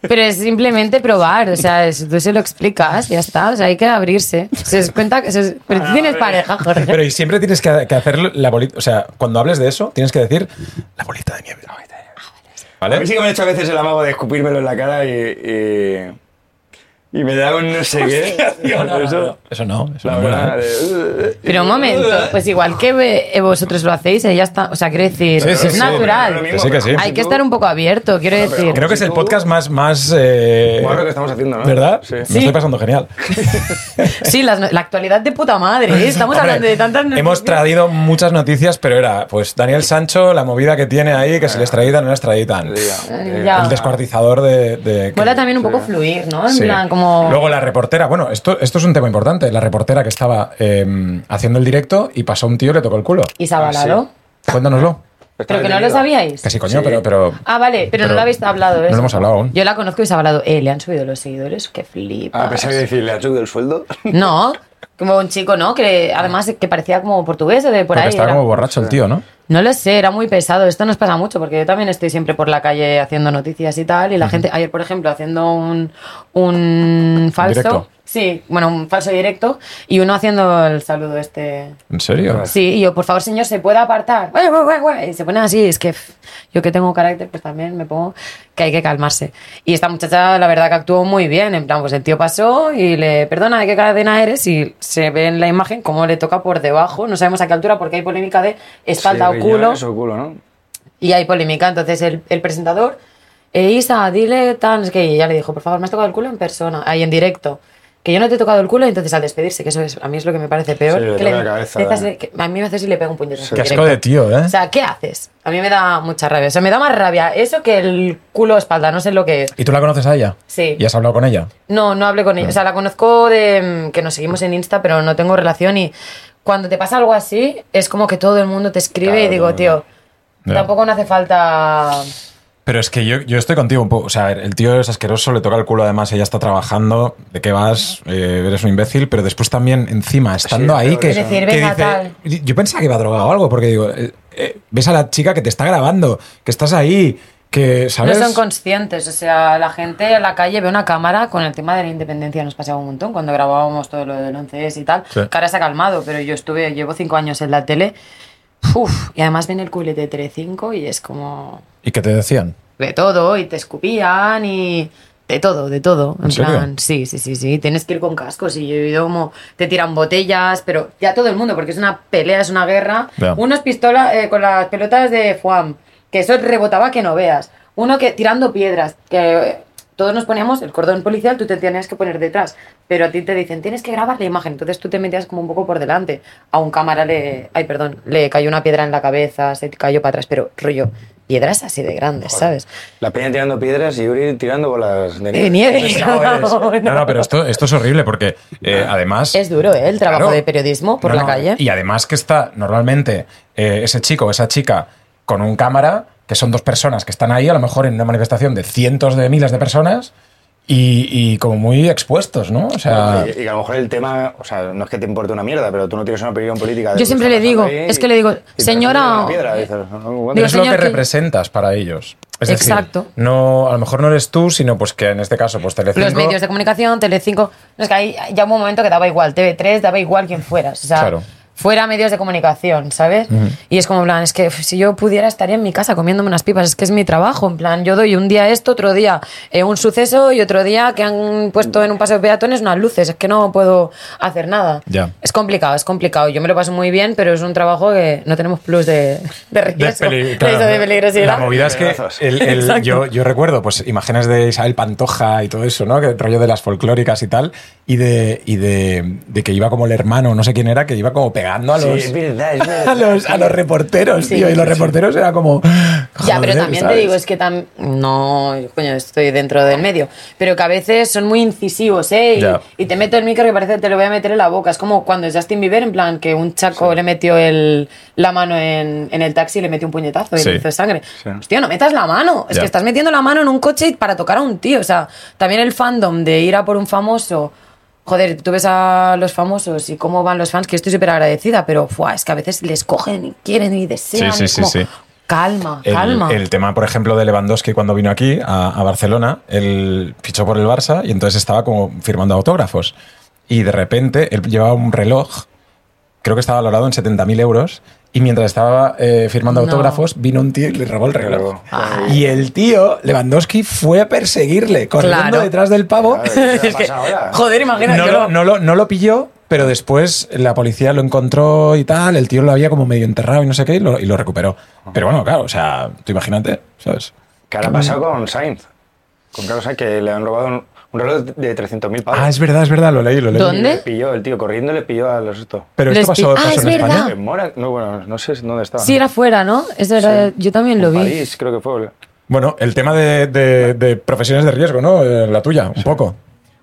Speaker 2: Pero es simplemente probar, o sea, es- tú se lo explicas, ya está, o sea, hay que abrirse. Se os cuenta que... se os- Pero tú tienes pareja, Jorge.
Speaker 1: Pero y siempre tienes que, que hacer la bolita. O sea, cuando hables de eso, tienes que decir la bolita de nieve. La bolita de nieve.
Speaker 3: A mí Ah, sí
Speaker 1: ¿Vale?
Speaker 3: que me han hecho a veces el amago de escupírmelo en la cara y. y y me da un no sé qué. Por eso,
Speaker 1: Eso no, eso
Speaker 3: la
Speaker 1: no mola,
Speaker 3: verdad. eh,
Speaker 1: ¿eh?
Speaker 3: de-
Speaker 2: Pero un momento, pues igual que ve- vosotros lo hacéis, ella está, o sea, quiero decir,
Speaker 1: Sí, sí,
Speaker 2: es
Speaker 1: sí,
Speaker 3: pero no
Speaker 2: natural.
Speaker 3: es
Speaker 1: Sí, que sí.
Speaker 3: lo mismo,
Speaker 2: Hay que
Speaker 3: pero-
Speaker 2: estar un poco abierto, quiero
Speaker 3: pero-
Speaker 2: decir.
Speaker 1: Creo que es el
Speaker 3: Tú-
Speaker 1: podcast más. más eh,
Speaker 3: Guarro que estamos haciendo, ¿no?
Speaker 1: ¿Verdad?
Speaker 3: Sí.
Speaker 1: Me
Speaker 3: Sí.
Speaker 1: estoy pasando genial.
Speaker 2: Sí, las no- la, actualidad de puta madre, ¿eh? estamos
Speaker 1: Hombre,
Speaker 2: hablando de tantas noticias.
Speaker 1: Hemos traído muchas noticias, pero era pues Daniel Sancho, la movida que tiene ahí, que si les extraditan o no les extraditan.
Speaker 3: Diga,
Speaker 2: Eh, Ya.
Speaker 1: El descuartizador de. de- que-
Speaker 2: Mola también un poco fluir, ¿no? En
Speaker 1: Sí.
Speaker 2: plan, como...
Speaker 1: Luego la reportera, bueno, esto, esto es un tema importante. La reportera que estaba eh, haciendo el directo y pasó un tío y le tocó el culo.
Speaker 2: y Sabalaro.
Speaker 3: Ah,
Speaker 1: Cuéntanos
Speaker 3: está
Speaker 2: Pero que no lo
Speaker 3: detenido.
Speaker 2: sabíais.
Speaker 1: Que sí, coño,
Speaker 3: Sí.
Speaker 1: pero, pero.
Speaker 2: Ah, vale, pero,
Speaker 1: Pero
Speaker 2: no lo habéis hablado,
Speaker 1: no
Speaker 2: ¿eh?
Speaker 1: lo hemos hablado aún.
Speaker 2: Yo la conozco y se ha hablado. Eh, le han subido los seguidores, qué flipa.
Speaker 3: A pesar de decirle, ¿ha subido el sueldo?
Speaker 2: No, como un chico, ¿no? Que además que parecía como portugués o de por
Speaker 1: porque
Speaker 2: ahí.
Speaker 1: estaba
Speaker 2: era-
Speaker 1: como borracho el tío, ¿no?
Speaker 2: No lo sé, era muy pesado. Esto nos pasa mucho porque yo también estoy siempre por la calle haciendo noticias y tal. Y la gente, ayer por ejemplo, haciendo un, un falso.
Speaker 1: directo.
Speaker 2: Sí, bueno, un falso directo. Y uno haciendo el saludo este.
Speaker 1: ¿En serio?
Speaker 2: Sí, y yo, por favor, señor, se puede apartar. Guay, guay, guay, guay. Y se pone así, es que pff, yo que tengo carácter, pues también me pongo que hay que calmarse. Y esta muchacha, la verdad, que actuó muy bien. En plan, pues el tío pasó y le, perdona, ¿de qué cadena eres? Y se ve en la imagen cómo le toca por debajo. No sabemos a qué altura porque hay polémica de espalda
Speaker 3: Sí,
Speaker 2: o culo.
Speaker 3: riñones o culo, ¿no?
Speaker 2: Y hay polémica. Entonces el, el presentador, eh, Isa, dile tal, es que ya le dijo, por favor, me has tocado el culo en persona, ahí en directo. Que yo no te he tocado el culo, y entonces al despedirse, que eso es, a mí es lo que me parece peor.
Speaker 3: Sí, le
Speaker 2: que
Speaker 3: toca la cabeza. ¿eh?
Speaker 2: le haces- que a mí me hace si le pego un puñetazo.
Speaker 1: Qué
Speaker 2: en
Speaker 1: asco
Speaker 2: directo.
Speaker 1: de tío, ¿eh?
Speaker 2: O sea, ¿qué haces? A mí me da mucha rabia. O sea, me da más rabia eso que el culo o espalda, no sé lo que es.
Speaker 1: ¿Y tú la conoces a ella?
Speaker 2: Sí.
Speaker 1: ¿Y has hablado con ella?
Speaker 2: No, no hablé con ella. O sea, la
Speaker 1: Mm.
Speaker 2: conozco de mm, que nos seguimos en Insta, pero no tengo relación y cuando te pasa algo así, es como que todo el mundo te escribe
Speaker 3: Claro,
Speaker 2: y digo,
Speaker 3: todo el
Speaker 2: tío,
Speaker 3: mundo.
Speaker 1: Ya.
Speaker 2: tampoco no hace falta...
Speaker 1: Pero es que yo, yo estoy contigo un poco. O sea, el tío es asqueroso, le toca el culo además, ella está trabajando, ¿de qué vas? Eh, eres un imbécil, pero después también encima, estando
Speaker 3: Sí,
Speaker 1: ahí,
Speaker 3: pero
Speaker 1: que,
Speaker 3: es
Speaker 2: decir,
Speaker 1: que
Speaker 2: venga, tal.
Speaker 1: Yo pensaba que iba drogado o algo, porque digo, eh, eh, ves a la chica que te está grabando, que estás ahí, que, ¿sabes?
Speaker 2: No son conscientes, o sea, la gente en la calle ve una cámara con el tema de la independencia, nos pasaba un montón cuando grabábamos todo lo del 11S y tal,
Speaker 1: Sí.
Speaker 2: que ahora se ha calmado, pero yo estuve, llevo cinco años en la tele, uf, y además viene el culete de Telecinco y es como
Speaker 1: ¿Y qué te decían?
Speaker 2: de todo, y te escupían y de todo, de todo, en,
Speaker 1: ¿En serio?
Speaker 2: plan, sí, sí, sí, sí, tienes que ir con cascos y yo he oído como te tiran botellas, pero ya todo el mundo, porque es una pelea, es una guerra,
Speaker 1: Ya.
Speaker 2: unos pistolas con las pelotas de Fuam, que eso rebotaba que no veas, uno que tirando piedras, que eh, todos nos poníamos el cordón policial, tú te tenías que poner detrás, pero a ti te dicen, tienes que grabar la imagen, entonces tú te metías como un poco por delante, a un cámara le, ay, perdón, le cayó una piedra en la cabeza, se cayó para atrás, pero rollo, piedras así de grandes, ¿sabes?
Speaker 3: La peña tirando piedras y Yuri tirando bolas de nieve.
Speaker 2: De Eh, nieve.
Speaker 1: No, no, pero esto, esto es horrible porque eh, además...
Speaker 2: Es duro, ¿eh? El trabajo
Speaker 1: Claro.
Speaker 2: de periodismo por
Speaker 1: No,
Speaker 2: la
Speaker 1: no,
Speaker 2: calle.
Speaker 1: Y además que está normalmente eh, ese chico o esa chica con un cámara, que son dos personas que están ahí, a lo mejor en una manifestación de cientos de miles de personas, y, y como muy expuestos, ¿no? O sea,
Speaker 3: Y, y a lo mejor el tema, o sea, no es que te importe una mierda, pero tú no tienes una opinión política.
Speaker 2: Yo
Speaker 3: de lo que
Speaker 2: siempre
Speaker 3: está
Speaker 2: le digo,
Speaker 3: pasando ahí
Speaker 2: es que le digo,
Speaker 3: y te refieres
Speaker 2: señora-
Speaker 3: a una piedra, dices, no, no, bueno.
Speaker 2: Digo,
Speaker 1: es lo que
Speaker 2: señor, que-
Speaker 1: representas para ellos. Es decir,
Speaker 2: Exacto.
Speaker 1: no, a lo mejor no eres tú, sino pues que en este caso, pues Telecinco...
Speaker 2: Los medios de comunicación, Telecinco... No, es que ahí ya hubo un momento que daba igual, TV3 daba igual quién fueras. O sea,
Speaker 1: Claro.
Speaker 2: fuera medios de comunicación, ¿sabes? Y es como, en plan, es que uf, si yo pudiera estaría en mi casa comiéndome unas pipas, es que es mi trabajo, en plan, yo doy un día esto, otro día eh, un suceso y otro día que han puesto en un paseo de peatones unas luces, es que no puedo hacer nada.
Speaker 1: Ya.
Speaker 2: Es complicado, es complicado. Yo me lo paso muy bien, pero es un trabajo que no tenemos plus de, de
Speaker 1: de
Speaker 2: riesgo.
Speaker 1: peli-
Speaker 2: de
Speaker 1: claro,
Speaker 2: eso de peligrosidad.
Speaker 1: La movida es que
Speaker 3: Pedazos.
Speaker 1: el- el-
Speaker 2: Exacto.
Speaker 1: yo, yo recuerdo pues imágenes de Isabel Pantoja y todo eso, ¿no? Que el rollo de las folclóricas y tal, y de, y de, de que iba como el hermano, no sé quién era, que iba como pegando a
Speaker 3: Sí,
Speaker 1: los,
Speaker 3: es verdad, es verdad.
Speaker 1: a los, a los reporteros,
Speaker 2: Sí.
Speaker 1: tío. Y los reporteros era como.
Speaker 2: Ya,
Speaker 1: joder,
Speaker 2: pero también
Speaker 1: ¿sabes?
Speaker 2: te digo, es que tam- no, coño, estoy dentro del medio, pero que a veces son muy incisivos, ¿eh? Y,
Speaker 1: Ya.
Speaker 2: y te meto el micro que parece que te lo voy a meter en la boca. Es como cuando Justin Bieber, en plan, que un chaco le metió el, la mano en, en el taxi y le metió un puñetazo y
Speaker 1: Sí.
Speaker 2: le hizo sangre.
Speaker 3: Sí.
Speaker 2: Hostia, no metas la mano. Es
Speaker 1: Ya.
Speaker 2: que estás metiendo la mano en un coche para tocar a un tío. O sea, también el fandom de ir a por un famoso. Joder, tú ves a los famosos y cómo van los fans, que yo estoy súper agradecida, pero fuá, es que a veces les cogen y quieren y desean.
Speaker 1: sí,
Speaker 2: y es
Speaker 1: sí,
Speaker 2: como,
Speaker 1: sí.
Speaker 2: Calma,
Speaker 1: El,
Speaker 2: calma.
Speaker 1: el tema, por ejemplo, de Lewandowski cuando vino aquí a, a Barcelona, él fichó por el Barça y entonces estaba como firmando autógrafos. Y de repente él llevaba un reloj, creo que estaba valorado en 70.000 euros, y mientras estaba eh, firmando
Speaker 2: No.
Speaker 1: autógrafos, vino un tío y le robó el reloj.
Speaker 2: Ay.
Speaker 1: Y el tío, Lewandowski, fue a perseguirle, corriendo
Speaker 2: Claro.
Speaker 1: detrás del pavo.
Speaker 3: Claro, ¿qué pasa ahora?
Speaker 2: Joder, imagina,
Speaker 1: No
Speaker 2: yo
Speaker 1: lo,
Speaker 2: lo-
Speaker 1: no lo- no lo pilló, pero después la policía lo encontró y tal, el tío lo había como medio enterrado y no sé qué, y lo, y lo recuperó.
Speaker 3: Ah.
Speaker 1: Pero bueno, claro, o sea, tú imagínate, ¿sabes?
Speaker 3: Que ahora ha pasado con Sainz. Con Carlos Sainz, que le han robado un, un reloj de 300.000 pavos.
Speaker 1: Ah, es verdad, es verdad, lo leí, lo leí.
Speaker 3: Y
Speaker 2: ¿Dónde?
Speaker 3: Le pilló, el tío corriendo le pilló a los esto.
Speaker 1: Pero
Speaker 2: Les
Speaker 1: esto
Speaker 2: pi-
Speaker 1: pasó,
Speaker 2: Ah,
Speaker 1: pasó
Speaker 2: es
Speaker 1: en España.
Speaker 2: verdad.
Speaker 3: En Mora, no, bueno, no sé dónde estaba.
Speaker 2: Sí, era fuera, ¿no? Eso era- Yo también lo
Speaker 3: En
Speaker 2: vi.
Speaker 3: París, creo que fue.
Speaker 1: Bueno, el tema de, de- de profesiones de riesgo, ¿no? Eh, La tuya, un poco.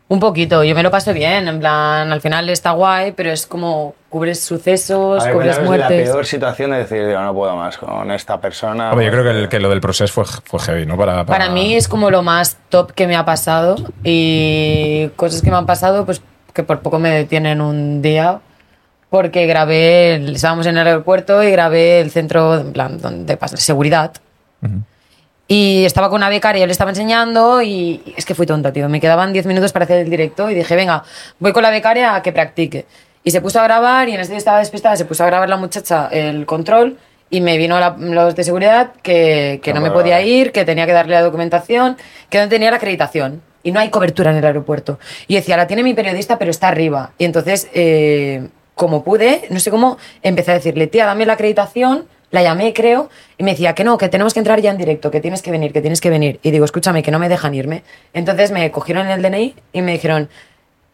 Speaker 2: Un poquito, yo me lo paso bien, en plan, al final está guay, pero es como cubres sucesos,
Speaker 3: A ver,
Speaker 2: cubres
Speaker 3: bueno, es la
Speaker 2: muertes.
Speaker 3: peor situación de decir, "Digo, no puedo más con esta persona.
Speaker 1: Hombre, yo creo que, el- que lo del proceso fue, fue heavy, ¿no? Para,
Speaker 2: Para mí es como lo más top que me ha pasado y cosas que me han pasado, pues que por poco me detienen un día porque grabé, el- estábamos en el aeropuerto y grabé el centro, en plan, donde pasa seguridad. Y estaba con una becaria, yo le estaba enseñando y y es que fui tonta, tío. Me quedaban 10 minutos para hacer el directo y dije, venga, voy con la becaria a que practique. Y se puso a grabar y en este estaba despistada, se puso a grabar la muchacha el control y me vino la- los de seguridad que, que no me
Speaker 3: Cámara.
Speaker 2: podía ir, que tenía que darle la documentación, que no tenía la acreditación. Y no hay cobertura en el aeropuerto. Y decía, la tiene mi periodista, pero está arriba. Y entonces, eh, como pude, no sé cómo, empecé a decirle, tía, dame la acreditación. La llamé, creo, y me decía que no, que tenemos que entrar ya en directo, que tienes que venir, que tienes que venir. Y digo, escúchame, que no me dejan irme. Entonces me cogieron el DNI y me dijeron,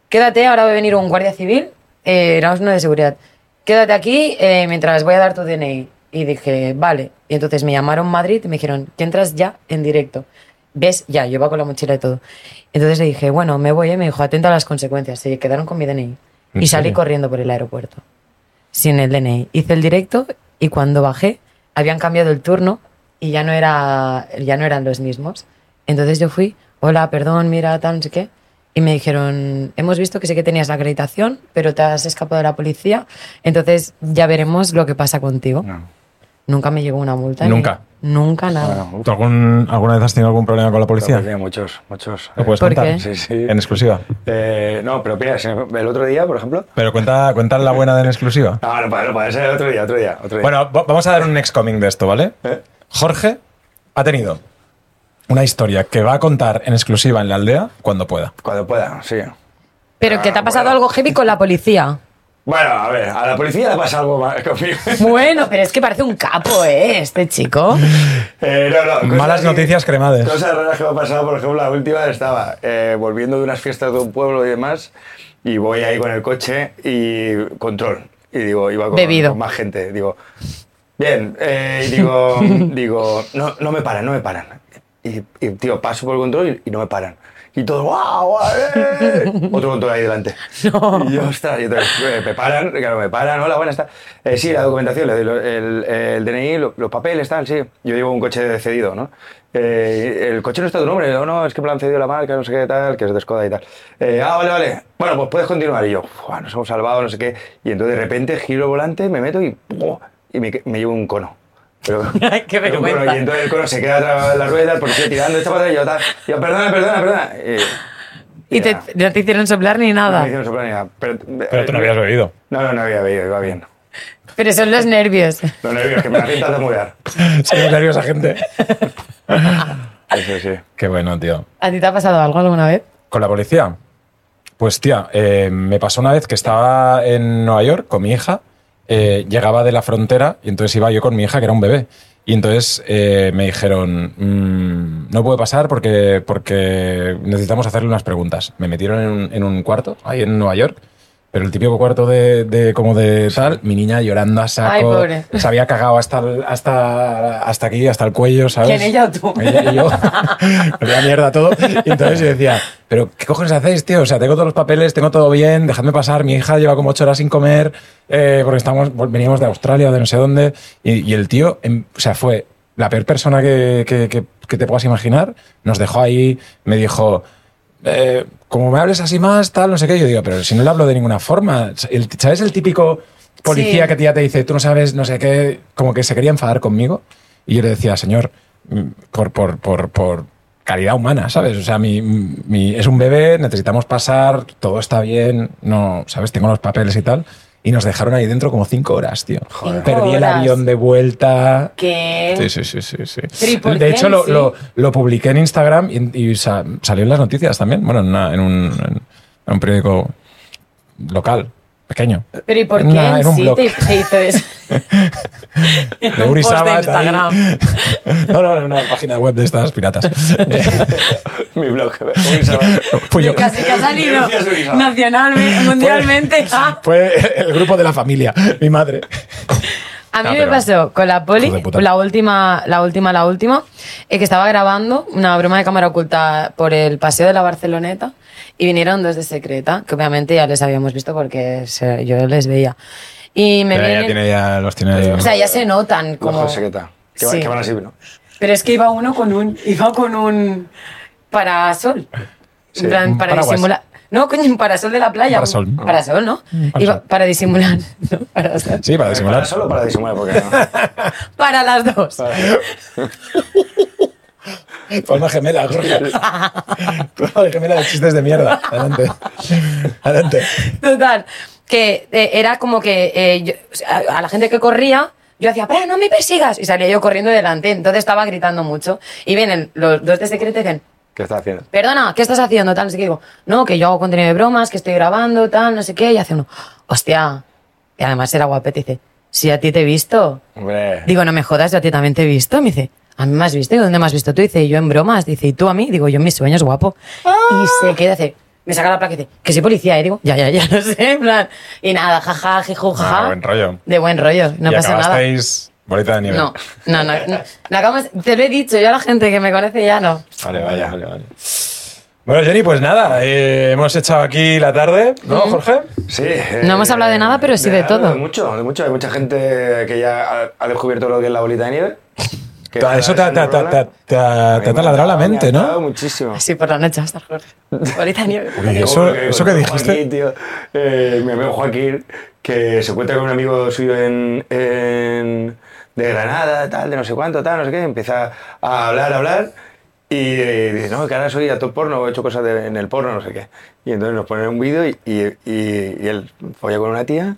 Speaker 2: quédate, ahora va a venir un guardia civil, eh, era uno de seguridad, quédate aquí eh, mientras voy a dar tu DNI. Y dije, vale. Y entonces me llamaron Madrid y me dijeron, que entras ya en directo. ¿Ves? Ya, yo va con la mochila y todo. Entonces le dije, bueno, me voy, eh, me dijo, atenta a las consecuencias. Se quedaron con mi DNI.
Speaker 1: ¿En
Speaker 2: Y salí
Speaker 1: serio?
Speaker 2: corriendo por el aeropuerto, sin el DNI. Hice el directo y cuando bajé, habían cambiado el turno y ya no, era, ya no eran los mismos. Entonces yo fui, hola, perdón, mira, tal, no sé qué. Y me dijeron, hemos visto que sí que tenías la acreditación, pero te has escapado de la policía, entonces ya veremos lo que pasa contigo.
Speaker 3: No.
Speaker 2: Nunca me llegó una multa. ni-
Speaker 1: Nunca.
Speaker 2: nunca
Speaker 1: Ah.
Speaker 2: nada.
Speaker 3: Bueno, uf,
Speaker 1: ¿Tú algún- alguna vez has tenido algún problema con la policía?
Speaker 3: tiene muchos, muchos.
Speaker 1: ¿Lo puedes
Speaker 2: ¿Por
Speaker 1: contar?
Speaker 2: qué?
Speaker 3: Sí, sí.
Speaker 1: En exclusiva.
Speaker 3: Eh, no, pero mira, se me- el otro día, por ejemplo.
Speaker 1: Pero cuenta, cuenta la buena de en exclusiva.
Speaker 3: No, no, puede- no puede ser otro día, otro día, otro día.
Speaker 1: Bueno, va- vamos a dar un next coming de esto, ¿vale?
Speaker 3: ¿Eh?
Speaker 1: Jorge ha tenido una historia que va a contar en exclusiva en la aldea cuando pueda.
Speaker 3: Cuando pueda, sí.
Speaker 2: Pero que te ha
Speaker 3: Ah,
Speaker 2: pasado
Speaker 3: bueno.
Speaker 2: algo heavy con la policía.
Speaker 3: Bueno, a ver, a la policía le pasa algo mal conmigo.
Speaker 2: Bueno, pero es que parece un capo, ¿eh? Este chico.
Speaker 3: Eh, no, no, cosas
Speaker 1: Malas noticias cremades.
Speaker 3: Cosas raras que me han pasado, por ejemplo, la última estaba eh, volviendo de unas fiestas de un pueblo y demás, y voy ahí con el coche y control. Y digo, iba con,
Speaker 2: Bebido.
Speaker 3: con más gente. Digo, bien, eh, y digo, digo no, no me paran, no me paran. Y, y, tío, paso por el control y, y no me paran. Y Y todo, ¡guau! guau, eh". Otro control ahí delante. Y yo, ostras, y otra vez, eh, me paran, claro, me paran, hola, buenas, está. sí, la documentación, le doy lo- el, el DNI, lo- los papeles, tal, sí. Yo llevo un coche cedido, ¿no? Eh, el coche no está a tu nombre, no, no, es que me lo han cedido la marca, no sé qué, tal, que es de Skoda y tal. Eh, ah, vale, vale. Bueno, pues puedes continuar. Y yo, "Fua, nos hemos salvado, no sé qué. Y entonces de repente giro el volante, me meto y, ¡buah! y me, que- me llevo un cono. Pero,
Speaker 2: Ay, qué
Speaker 3: pero un cono,
Speaker 2: vergüenza.
Speaker 3: y entonces el cono se queda atrás de la rueda, el policía tirando esta pata y yo, tal. Y yo, perdona, perdona, perdona.
Speaker 2: Ah,
Speaker 3: Y,
Speaker 2: Y te,
Speaker 3: ya.
Speaker 2: no te hicieron soplar ni
Speaker 3: No me
Speaker 2: nada.
Speaker 3: hicieron soplar ni nada. Pero,
Speaker 1: Pero tú no habías bebido.
Speaker 3: No, no, no había bebido, iba bien.
Speaker 2: Pero son los nervios.
Speaker 3: Los nervios, que me la pintas de mudar.
Speaker 1: Soy muy nerviosa gente.
Speaker 3: Sí, sí, sí.
Speaker 1: Qué bueno, tío.
Speaker 2: ¿A ti te ha pasado algo alguna vez?
Speaker 1: ¿Con la policía? Pues tía, eh, me pasó una vez que estaba en Nueva York con mi hija, eh, llegaba de la frontera y entonces iba yo con mi hija, que era un bebé. Y entonces eh, me dijeron, "Mm, no puede pasar porque, porque necesitamos hacerle unas preguntas. Me metieron en un, en un cuarto, ahí en Nueva York, pero el típico cuarto de, de como de tal, mi niña llorando a saco,
Speaker 2: Ay, pobre.
Speaker 1: se había cagado hasta, el- hasta, hasta aquí, hasta el cuello, ¿sabes?
Speaker 2: ¿Quién, ella o tú?
Speaker 1: Ella y yo. Me da mierda todo. Y entonces yo decía, ¿pero qué cojones hacéis, tío? O sea, tengo todos los papeles, tengo todo bien, dejadme pasar. Mi hija lleva como ocho horas sin comer, eh, porque estamos, veníamos de Australia o de no sé dónde. Y, y el tío, em, o sea, fue la peor persona que, que- que- que te puedas imaginar. Nos dejó ahí, me dijo. eh, como me hables así más, tal, no sé qué, yo digo, pero si no le hablo de ninguna forma, El- ¿sabes el típico policía
Speaker 2: Sí.
Speaker 1: que ya te dice, tú no sabes, no sé qué, como que se quería enfadar conmigo. Y yo le decía, señor, mm, por, por, por, por caridad humana, ¿sabes? O sea, mi, mi- es un bebé, necesitamos pasar, todo está bien, no, ¿sabes? Tengo los papeles y tal. Y nos dejaron ahí dentro como cinco horas, tío.
Speaker 2: Joder.
Speaker 1: Perdí el
Speaker 2: horas.
Speaker 1: avión de vuelta.
Speaker 2: ¿Qué?
Speaker 1: Sí, sí, sí, sí, sí.
Speaker 2: Pero ¿y por
Speaker 1: De
Speaker 2: qué?
Speaker 1: hecho, lo,
Speaker 2: Sí.
Speaker 1: lo- lo publiqué en Instagram y, y sa- salió en las noticias también. Bueno, en, una- en un, en- en un periódico local, pequeño.
Speaker 2: Pero ¿y por qué
Speaker 1: Nah,
Speaker 2: en
Speaker 1: era un
Speaker 2: sí
Speaker 1: blog.
Speaker 2: te te hizo eso? En
Speaker 1: de
Speaker 2: un
Speaker 1: Uri
Speaker 2: post de
Speaker 1: Sabat, ahí.
Speaker 2: Instagram.
Speaker 1: No, no, no, una página web de estas piratas.
Speaker 3: Mi blog. Uy, se va.
Speaker 1: Fui Pues yo. Pues
Speaker 2: Casi que ha salido
Speaker 3: Denuncias Uri Sabat.
Speaker 2: nacionalmente, mundialmente. Ah,
Speaker 1: Fue el grupo de la familia, mi madre.
Speaker 2: A mí
Speaker 1: Ah,
Speaker 2: me
Speaker 1: pero-
Speaker 2: pasó con la
Speaker 1: Hijo de
Speaker 2: poli,
Speaker 1: puta.
Speaker 2: la última, la última, la última, eh, que estaba grabando una broma de cámara oculta por el paseo de la Barceloneta y vinieron dos de secreta, que obviamente ya les habíamos visto porque se- yo les veía. Y me vienen-
Speaker 1: ya los tiene
Speaker 2: o sea, ya se notan como...
Speaker 3: Ojo, secreta. Que, va-
Speaker 2: Sí.
Speaker 3: que van así, ¿no?
Speaker 2: Pero es que iba uno con un, iba con un parasol.
Speaker 3: Sí,
Speaker 2: En plan,
Speaker 1: un
Speaker 2: para
Speaker 1: paraguas.
Speaker 2: disimular. No, coño, un parasol de la playa.
Speaker 1: Parasol.
Speaker 2: Un Parasol, ¿no?
Speaker 1: parasol.
Speaker 2: Iba para disimular. ¿no? Parasol.
Speaker 1: Sí, para disimular.
Speaker 3: ¿Para solo o para disimular? Porque no.
Speaker 2: Para las dos.
Speaker 1: Forma gemela, Jorge. Forma gemela de chistes de mierda. Adelante. Adelante.
Speaker 2: Total. Que eh, era como que eh, yo- o sea, a la gente que corría, yo hacía, para, no me persigas. Y salía yo corriendo delante. Entonces estaba gritando mucho. Y vienen los dos de secreto y dicen,
Speaker 3: ¿Qué está haciendo?
Speaker 2: perdona, ¿qué estás haciendo? Tal, no sé qué. Digo, no, que yo hago contenido de bromas, que estoy grabando, tal, no sé qué. Y hace uno, hostia. Y además era guapete. y Dice, si a ti te he visto.
Speaker 3: Hombre.
Speaker 2: Digo, no me jodas, yo a ti también te he visto. Me dice, ¿a mí me has visto? ¿Y dónde me has visto tú? Dice, yo en bromas. Dice, ¿y tú a mí? Digo, yo en mis sueños, guapo. Y se queda, hace, me saca la placa y dice, que soy policía, ¿eh? Digo, ya, ya, ya, no sé, en plan. Y nada, jaja, jiju, jaja.
Speaker 1: Ah, buen rollo.
Speaker 2: De buen rollo, no
Speaker 1: y
Speaker 2: pasa nada.
Speaker 1: acabasteis bolita de nieve.
Speaker 2: No, no, no. no. La cama es- te lo he dicho, yo a la gente que me conoce ya no.
Speaker 1: Vale, vaya, vale, vale. Bueno, Jenny, pues nada, eh, hemos echado aquí la tarde, ¿no, Jorge?
Speaker 3: Sí. eh,
Speaker 2: No hemos hablado de nada, pero sí de
Speaker 3: nada,
Speaker 2: todo.
Speaker 3: De mucho, de mucho. Hay mucha gente que ya ha, ha descubierto lo que es la bolita de nieve. Que
Speaker 1: Eso te,
Speaker 3: la-
Speaker 1: te, te, te, te, te ha
Speaker 3: Me ha
Speaker 1: taladrado la
Speaker 3: encantado,
Speaker 1: mente,
Speaker 3: me ha encantado
Speaker 1: ¿no?
Speaker 3: Muchísimo.
Speaker 2: Así por la noche hasta Jorge. Ahorita nieve.
Speaker 1: Uy, eso, eso que
Speaker 3: con
Speaker 1: dijiste.
Speaker 3: Joaquín, tío. Eh, mi amigo Joaquín, que se encuentra con un amigo suyo en, en- de Granada, tal, de no sé cuánto, tal, no sé qué, empieza a hablar, a hablar. Y eh, dice, no, que ahora soy actor porno, he hecho cosas de- en el porno, no sé qué. Y entonces nos ponen un vídeo y, y, y- y él folla con una tía,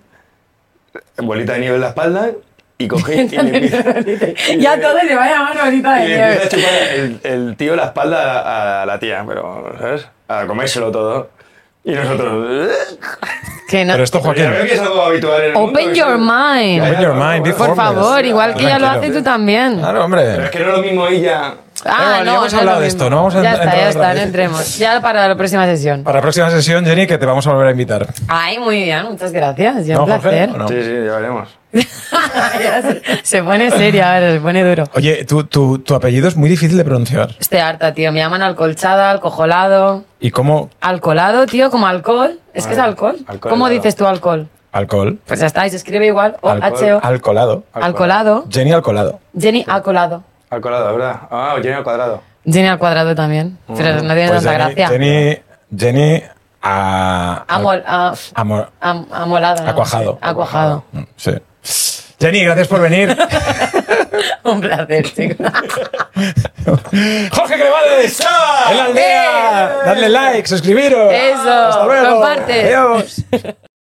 Speaker 3: bolita de nieve en la espalda, y coge y le empieza- y
Speaker 2: ya
Speaker 3: le-
Speaker 2: todo se va a llamar ahorita de
Speaker 3: y le empieza a
Speaker 2: nieve.
Speaker 3: chupar el, el tío la espalda a, a la tía, pero, ¿sabes? A comérselo todo. Y nosotros. "Eh".
Speaker 2: Que no.
Speaker 1: Pero esto,
Speaker 3: Porque
Speaker 1: Joaquín.
Speaker 3: ya veo que es algo habitual en el
Speaker 2: Open
Speaker 3: mundo, que
Speaker 2: your
Speaker 3: es-
Speaker 2: mind.
Speaker 3: Ya, ya,
Speaker 1: Open your
Speaker 3: pero
Speaker 1: mind,
Speaker 3: bueno,
Speaker 1: be
Speaker 2: Por
Speaker 1: Hombre,
Speaker 2: favor, igual que ya lo
Speaker 1: tranquilo.
Speaker 2: haces tú también.
Speaker 1: Claro,
Speaker 3: Pero
Speaker 1: hombre.
Speaker 3: es que no es lo mismo ella
Speaker 1: Da igual, ya hemos
Speaker 2: es lo
Speaker 1: hablado de
Speaker 2: mismo.
Speaker 1: esto, no vamos a
Speaker 2: Ya
Speaker 1: entrar
Speaker 2: está,
Speaker 1: otra
Speaker 2: ya está,
Speaker 1: vez.
Speaker 2: no entremos. Ya para la próxima sesión.
Speaker 1: Para la próxima sesión, Jenny, que te vamos a volver a invitar.
Speaker 2: Ay, muy bien, muchas gracias. Ya
Speaker 1: ¿No,
Speaker 2: un
Speaker 1: Jorge?
Speaker 2: placer.
Speaker 1: ¿O no?
Speaker 3: Sí, sí, ya veremos.
Speaker 2: Ya se- se pone seria, ahora, se pone duro.
Speaker 1: Oye, tu, tu, tu apellido es muy difícil de pronunciar.
Speaker 2: Estoy harta, tío. Me llaman alcolchada, alcojolado.
Speaker 1: ¿Y cómo?
Speaker 2: Alcolado, tío, como alcohol. Es que es
Speaker 3: Ah,
Speaker 2: alcohol.
Speaker 3: alcoholado.
Speaker 2: ¿Cómo dices tú alcohol?
Speaker 1: Alcohol.
Speaker 2: Pues ya está, y se escribe igual. O
Speaker 1: Alcohol.
Speaker 2: Oh, H O.
Speaker 1: Alcolado.
Speaker 2: Alcolado.
Speaker 1: Jenny Alcolado.
Speaker 2: Jenny al colado.
Speaker 3: Al cuadrado, ¿verdad? Ah, Jenny al cuadrado.
Speaker 2: Jenny al cuadrado también. Pero no tiene
Speaker 1: Pues
Speaker 2: tanta
Speaker 1: Jenny,
Speaker 2: gracia.
Speaker 1: Jenny, Jenny a,
Speaker 2: Amol, a,
Speaker 1: amor,
Speaker 2: am- amolada. no
Speaker 1: a cuajado.
Speaker 2: sé. A cuajado.
Speaker 1: Mm, Sí. Jenny, gracias por venir.
Speaker 2: Un placer, chicos.
Speaker 1: Jorge Cremades, en la aldea. Dadle like, suscribiros.
Speaker 2: ¡Ah! ¡Eh! Eso,
Speaker 1: Hasta luego.
Speaker 2: comparte.
Speaker 1: Adiós.